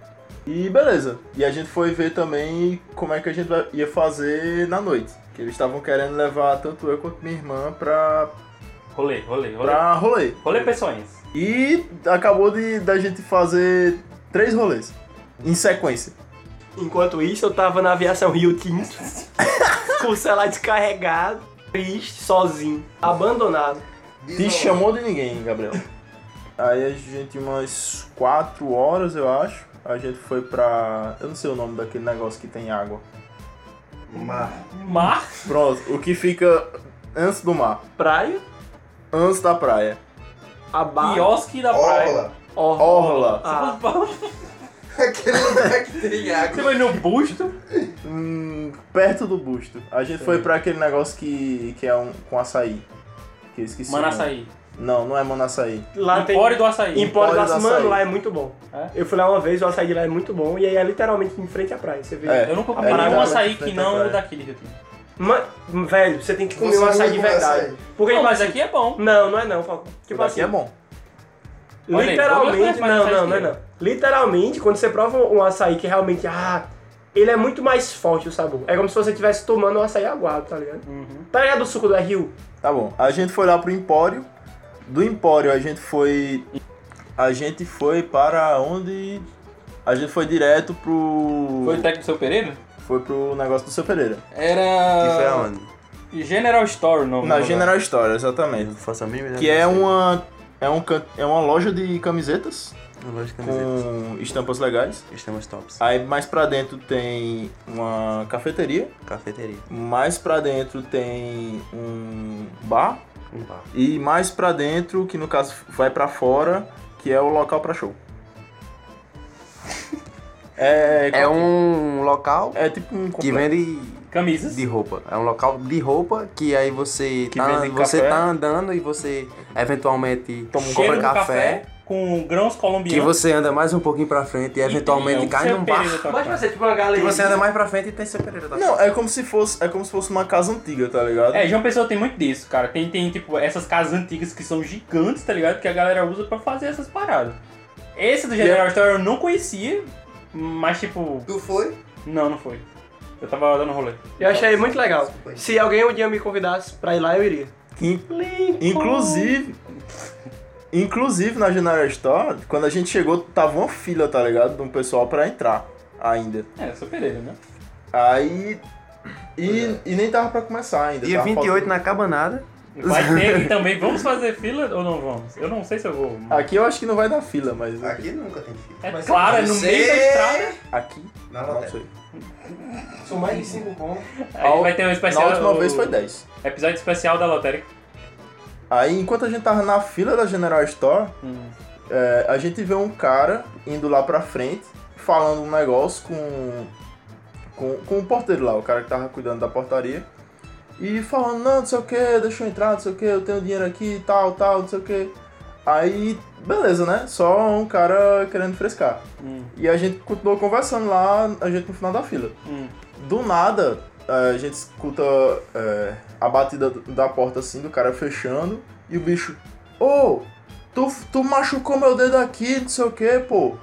E beleza. E a gente foi ver também como é que a gente vai- ia fazer na noite. Que eles estavam querendo levar tanto eu quanto minha irmã pra
Rolê, rolê, rolê.
pra rolê.
Rolê Peçonhas.
E acabou de da gente fazer três rolês em sequência.
Enquanto isso, eu tava na aviação Rio Tinto, com o celular descarregado, triste, sozinho, abandonado.
Te chamou é um de ninguém, Gabriel. Aí a gente, umas quatro horas, eu acho, a gente foi pra. Eu não sei o nome daquele negócio que tem água.
Mar.
Mar?
Pronto, o que fica antes do mar,
Praia,
antes da praia.
a barra,
Quiosque da praia.
Orla.
orla.
Orla.
Ah,
Aquele lugar que tem água.
Você vai no busto?
Hum, perto do busto. A gente foi pra aquele negócio que, que é um com açaí. Que eu esqueci. o nome.
Manaçaí.
Não, não é Manassaí.
lá tem...
Empório do açaí.
Empório
Empório
das
do
Mano
açaí.
lá é muito bom.
É?
Eu fui lá uma vez, o açaí de lá é muito bom, e aí é literalmente em frente à praia. Você vê.
É.
Eu nunca
É,
comparei
tá
um
lá
açaí
na
que
frente
não
da
o
praia.
daquele Rio Tinto.
Ma- velho, você tem que comer
Você
um açaí
não
de
come
verdade.
açaí.
Porque,
Não,
tipo
mas
assim-
aqui é bom.
Não, não é não, Falco. Tipo
Daqui
assim,
é bom.
Olha aí,
Literalmente,
Douglas Neto,
não,
mas
não,
não
não,
é
não. Literalmente, quando você prova um açaí que realmente, ah, ele é muito mais forte o sabor. É como se você estivesse tomando um açaí aguado, tá ligado? Tá ligado o suco da Rio?
Tá bom. A gente foi lá pro Empório. Do Empório a gente foi. A gente foi para onde. A gente foi direto pro.
Foi o técnico do seu Pereira?
foi pro negócio do seu Pereira.
Era.
Que é foi aonde?
General Store, não.
Na General Store, exatamente.
Não faço a mínima ideia
Que
do sei.
é uma. É, um, can- é uma loja de camisetas
Uma loja de camisetas.
com estampas legais.
Estamos tops.
Aí mais pra dentro tem uma cafeteria.
Cafeteria.
Mais pra dentro tem um bar.
Um bar.
E mais pra dentro, que no caso vai pra fora, que é o local pra show. É,
É um local
é tipo um
que
complexo.
vende
Camisas.
De roupa. É um local de roupa que aí você,
Que
tá,
vendem
você
café.
tá andando e você eventualmente
Toma um
compra
Cheiro do
café,
café. Com grãos
Que
colombianos.
você anda mais um pouquinho pra frente e eventualmente
tem um
cai
seu
num bar.
Pereira
Mas
também.
você, tipo, uma galera.
Que você anda mais pra frente e tem seu Pereira
Tá
da
Não, é como se fosse, é como se fosse uma casa antiga, tá ligado?
É, João Pessoa tem muito disso, cara. Tem, tem, tipo, essas casas antigas que são gigantes, tá ligado? Que a galera usa pra fazer essas paradas. Esse do General Store eu não conhecia, mas, tipo,
Tu foi?
não, não foi. Eu tava dando rolê.
Eu achei muito legal. Se alguém um dia me convidasse pra ir lá, eu iria.
In- inclusive, inclusive na General Store, quando a gente chegou, tava uma fila, tá ligado? De um pessoal pra entrar ainda.
É, eu sou Pereira, né?
Aí. E,
é.
e nem tava pra começar ainda.
Dia
tava
28
Tá faltando-
na Cabanada.
Vai ter aqui também. Vamos fazer fila ou não vamos? Eu não sei se eu vou.
Aqui eu acho que não vai dar fila, mas.
Aqui nunca tem filho.
É claro, é no
você-
meio da estrada.
Aqui?
Na
Não
lateral.
sei.
São mais de cinco pontos.
Aí vai ter um
Na
especial.
última vez
o-
foi 10.
Episódio especial da lotérica.
Aí, enquanto a gente tava na fila da General Store, é, a gente vê um cara indo lá pra frente, falando um negócio com, com, com o porteiro lá, o cara que tava cuidando da portaria. E falando, não, não sei o que, deixa eu entrar, não sei o que, eu tenho dinheiro aqui, tal, tal, não sei o que. Aí, beleza, né? Só um cara querendo frescar.
Hum.
E a gente continuou conversando lá, a gente no final da fila.
Hum.
Do nada, a gente escuta é, a batida da porta assim, do cara fechando, e o bicho, ô, tu, tu machucou meu dedo aqui, não sei o que, pô.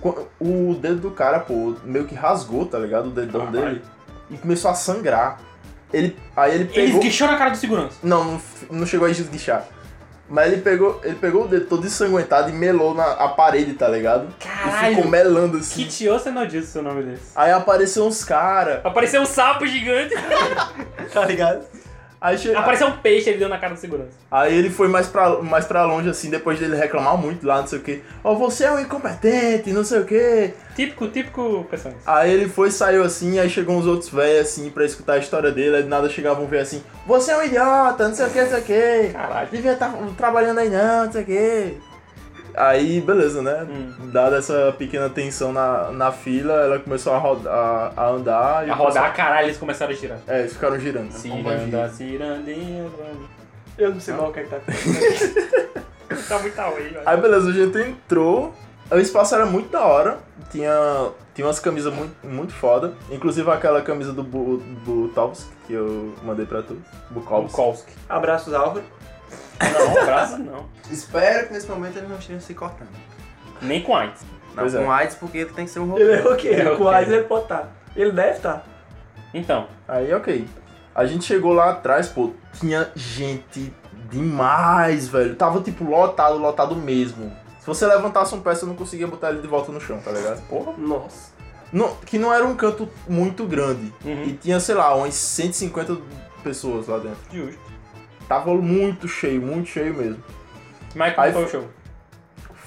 Qu- O dedo do cara, pô, meio que rasgou, tá ligado? O dedão dele. E começou a sangrar. Ele, aí ele
Ele
pegou.
esguichou na cara do segurança.
Não, não, f- não chegou a esguichar. Mas ele pegou, ele pegou o dedo todo ensanguentado e melou na a parede, tá ligado? E
Caralho.
ficou melando assim.
Kitio, você não disse o é seu nome desse.
Aí apareceu uns caras.
Apareceu um sapo gigante.
Tá ligado?
Aí, che...
Apareceu um peixe, ele deu na cara do segurança.
Aí ele foi mais pra, mais pra longe, assim, depois dele reclamar muito lá, não sei o que. Ó, você é um incompetente, não sei o que.
Típico, típico pessoas.
Aí ele foi, saiu assim, aí chegou uns outros velhos, assim, pra escutar a história dele. Aí de nada chegavam ver assim, você é um idiota, não sei o que, não sei o que.
Caralho.
Devia estar trabalhando aí não, não sei o que. Aí, beleza, né?
Hum.
Dada essa pequena tensão na, na fila, ela começou a, roda, a, a andar. e
A
o pessoal-
rodar, caralho, eles começaram a girar.
É, eles ficaram girando.
Ciranda, cirandinha,
Eu não sei mal o que é que tá acontecendo.
Tá muito away, velho.
Aí beleza, a gente entrou. O espaço era muito da hora. Tinha, tinha umas camisas muito, muito foda. Inclusive aquela camisa do Bu- Butovsk que eu mandei pra tu. Bukovsk.
Bukowski.
Abraços, Álvaro.
Não, braço não.
Espero que
Nesse momento ele não esteja se cortando.
Nem com AIDS.
Não,
Pois é.
com AIDS porque ele tem que ser um
Ele
roupeiro.
é o quê?
É
Com
ok.
tá. Aizen pode estar. Ele deve estar.
Então,
Aí ok. A gente chegou lá atrás, pô, tinha gente demais, velho. Tava tipo lotado, lotado mesmo. Se você levantasse um pé, você não conseguia botar ele de volta no chão, tá ligado? Porra.
Nossa.
Não- que não era um canto muito grande.
Uhum.
E tinha, sei lá, umas 150 pessoas lá dentro.
Justo.
Tava muito cheio, muito cheio mesmo.
Mas
Aí
como foi o show?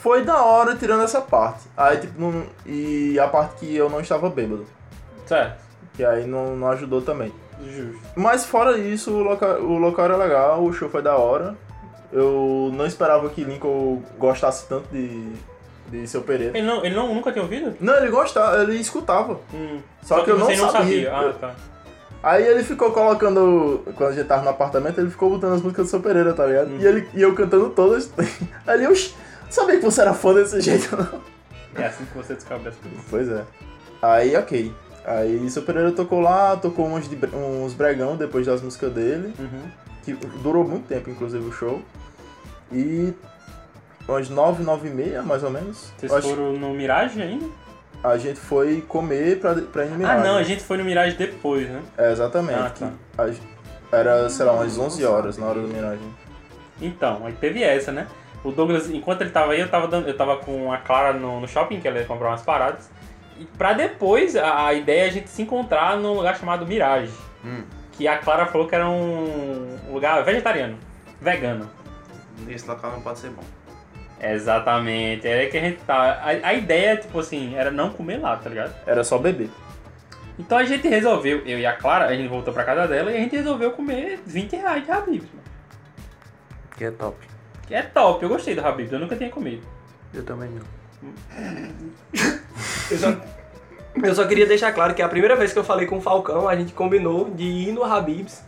Foi da hora tirando essa parte. Aí, tipo, não- e a parte que eu não estava bêbado.
Certo.
Que aí não, não ajudou também.
Justo.
Mas fora isso, o local, o local era legal, o show foi da hora. Eu não esperava que Lincoln gostasse tanto de, de seu Pereira.
Ele, não, ele não, nunca tinha ouvido?
Não, ele gostava, ele escutava.
Hum.
Só, que, eu não
você
sabia.
Ah, tá.
Aí ele ficou colocando. Quando a gente tava no apartamento, ele ficou botando as músicas do seu Pereira, tá ligado? E, ele, e eu cantando todas. Aí eu sabia que você era fã desse jeito, não.
É assim que você descobre as coisas.
Pois é. Aí, ok. Aí seu Pereira tocou lá, tocou uns, de, uns bregão depois das músicas dele.
Uhum.
que durou muito tempo, inclusive, o show. E umas nove, nove e meia, mais ou menos.
Vocês
eu acho-
foram no Mirage ainda?
A gente foi comer pra, pra ir no
Ah,
Mirage.
não, a gente foi no Mirage depois, né?
É, exatamente.
Ah, tá.
A gen- Era, sei lá, umas 11 horas na hora do Mirage.
Então, aí teve essa, né? O Douglas, enquanto ele tava aí, eu tava, dando- eu tava com a Clara no, no shopping, que ela ia comprar umas paradas. E pra depois, a, a ideia é a gente se encontrar num lugar chamado Mirage. Que a Clara falou que era um lugar vegetariano, vegano.
Esse local não pode ser bom.
Exatamente, é que a gente tá. A, a ideia, tipo assim, era não comer lá, tá ligado?
Era só beber.
Então a gente resolveu, eu e a Clara, a gente voltou pra casa dela e a gente resolveu comer 20 reais de Habibs, mano.
Que é top.
Que é top, eu gostei do Habibs, eu nunca tinha comido.
Eu também não.
Eu só, eu só queria deixar claro que a primeira vez que eu falei com o Falcão, a gente combinou de ir no Habibs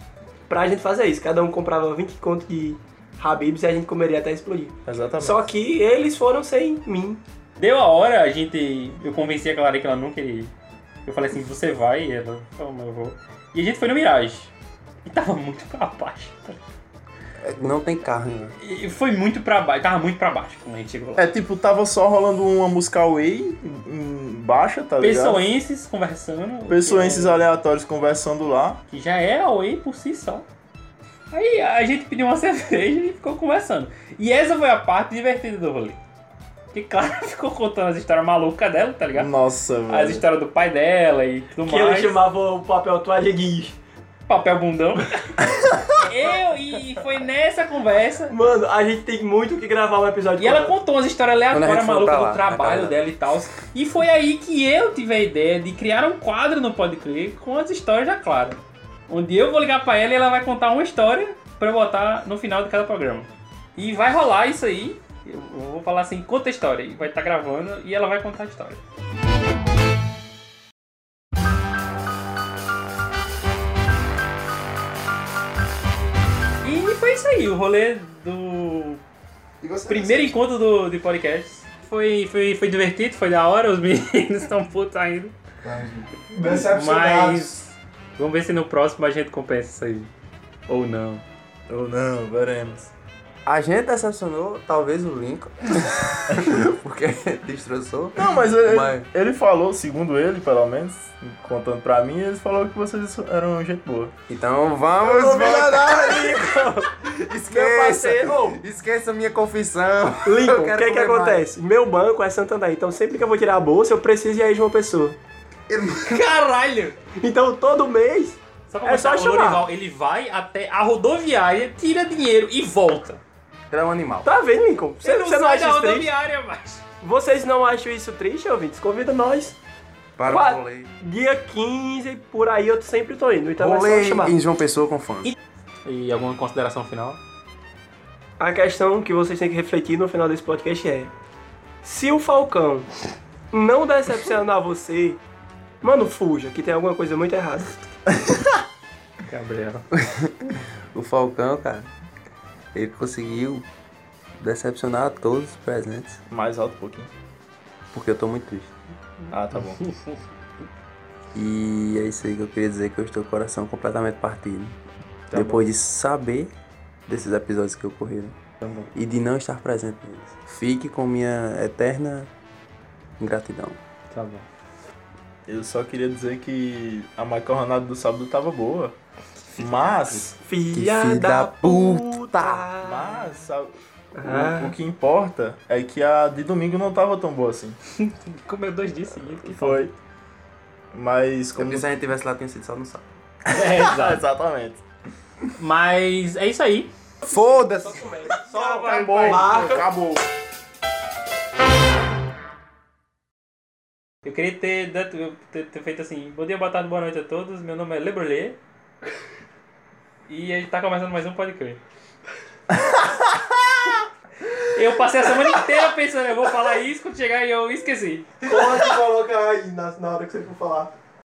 pra gente fazer isso. Cada um comprava 20 conto de Habibs e a gente comeria até explodir.
Exatamente.
Só que eles foram sem mim.
Deu a hora, a gente. Eu convenci a Clara que ela não queria ir. Eu falei assim, você vai? E ela, toma, eu vou. E a gente foi no Mirage. E tava muito pra baixo. tá ligado?
É, Não tem carro, né?
E foi muito pra baixo. Tava muito pra baixo quando a gente chegou lá.
É tipo, tava só rolando uma música away em baixa, tá ligado?
Pessoenses conversando.
Pessoenses
que, é,
aleatórios conversando lá.
que já é a Oi por si só. Aí a gente pediu uma cerveja e ficou conversando. E essa foi a parte divertida do rolê. Que Clara ficou contando as histórias malucas dela, tá ligado?
Nossa,
As
velho.
histórias do pai dela e tudo
Que
mais.
eu chamava o papel toalha guis.
papel bundão. eu e e foi nessa conversa.
Mano, a gente tem muito que gravar um episódio.
E ela contou umas histórias
Quando a
aleatórias
gente for
malucas
pra
do
lá,
trabalho
naquela-
dela e tal. E foi aí que eu tive a ideia de criar um quadro no Pode Crer com as histórias da Clara. Onde eu vou ligar pra ela e ela vai contar uma história pra eu botar no final de cada programa. E vai rolar isso aí. Eu vou falar assim, conta a história. E vai estar gravando e ela vai contar a história. E foi isso aí, o rolê do
E você
Primeiro encontro do, de podcast. Foi, foi, foi divertido, foi da hora, os meninos estão putos ainda.
Tá Decepcionados.
Mas vamos ver se no próximo a gente compensa isso aí. Ou não.
Ou não, veremos.
A gente decepcionou, talvez o Lincoln. porque destroçou.
Não, mas ele,
Mas-
ele falou, segundo ele, pelo menos, contando pra mim, ele falou que vocês eram gente boa.
Então vamos voltar, Lincoln!
Meu
Esqueça!
parceiro, ô,
Esqueça a minha confissão!
Lincoln,
Eu
o que
quero
é que
comer
acontece? Meu banco é Santander, então sempre que eu vou tirar a bolsa, eu preciso ir aí de uma pessoa.
Caralho!
Então todo mês,
Só
É só
mostrar, o
chamar.
Lorival, ele vai até a rodoviária, tira dinheiro e volta.
mais. Ele é um animal.
tá vendo, Lincoln? Você
Ele
você não,
sai
acha
da
isso triste?
rodoviária mais.
Vocês não acham isso triste, ouvintes? Convida nós.
Para
Quatro.
o rolê.
Dia 15, por aí eu sempre tô indo, então é
rolê
só chamar.
em João Pessoa com fãs.
E alguma consideração final?
A questão que vocês têm que refletir no final desse podcast é: se o Falcão não decepcionar você, mano, fuja, que tem alguma coisa muito errada.
Gabriel.
O Falcão, cara, ele conseguiu decepcionar a todos os presentes.
Mais alto um pouquinho.
Porque eu tô muito triste.
Ah, tá bom.
E é isso aí que eu queria dizer, que eu estou com o coração completamente partido.
Tá
depois de saber desses episódios que ocorreram. E de não estar presente neles. Fique com minha eterna ingratidão.
Tá bom.
Eu só queria dizer que a macarronada do sábado tava boa. Mas,
Filha
filho
da,
da
puta.
mas, sabe, o-
Ah.
o, que importa é que a de domingo não tava tão boa assim.
Comeu dois dias seguidos. que foda.
Foi. Mas como.
Porque se a gente tivesse lá, tinha sido só no sábado.
É,
Ah,
exato.
exatamente.
Mas é isso aí.
Foda-se!
Só vai
Acabou,
marca.
acabou.
Eu queria ter, dado- ter- ter feito assim, bom dia, boa tarde, boa noite a todos, meu nome é Lebrulé. E a gente tá começando mais um Pode Crer. Eu passei a semana inteira pensando, eu vou falar isso, quando chegar e eu esqueci.
Corta e coloca aí na, na hora que você for falar.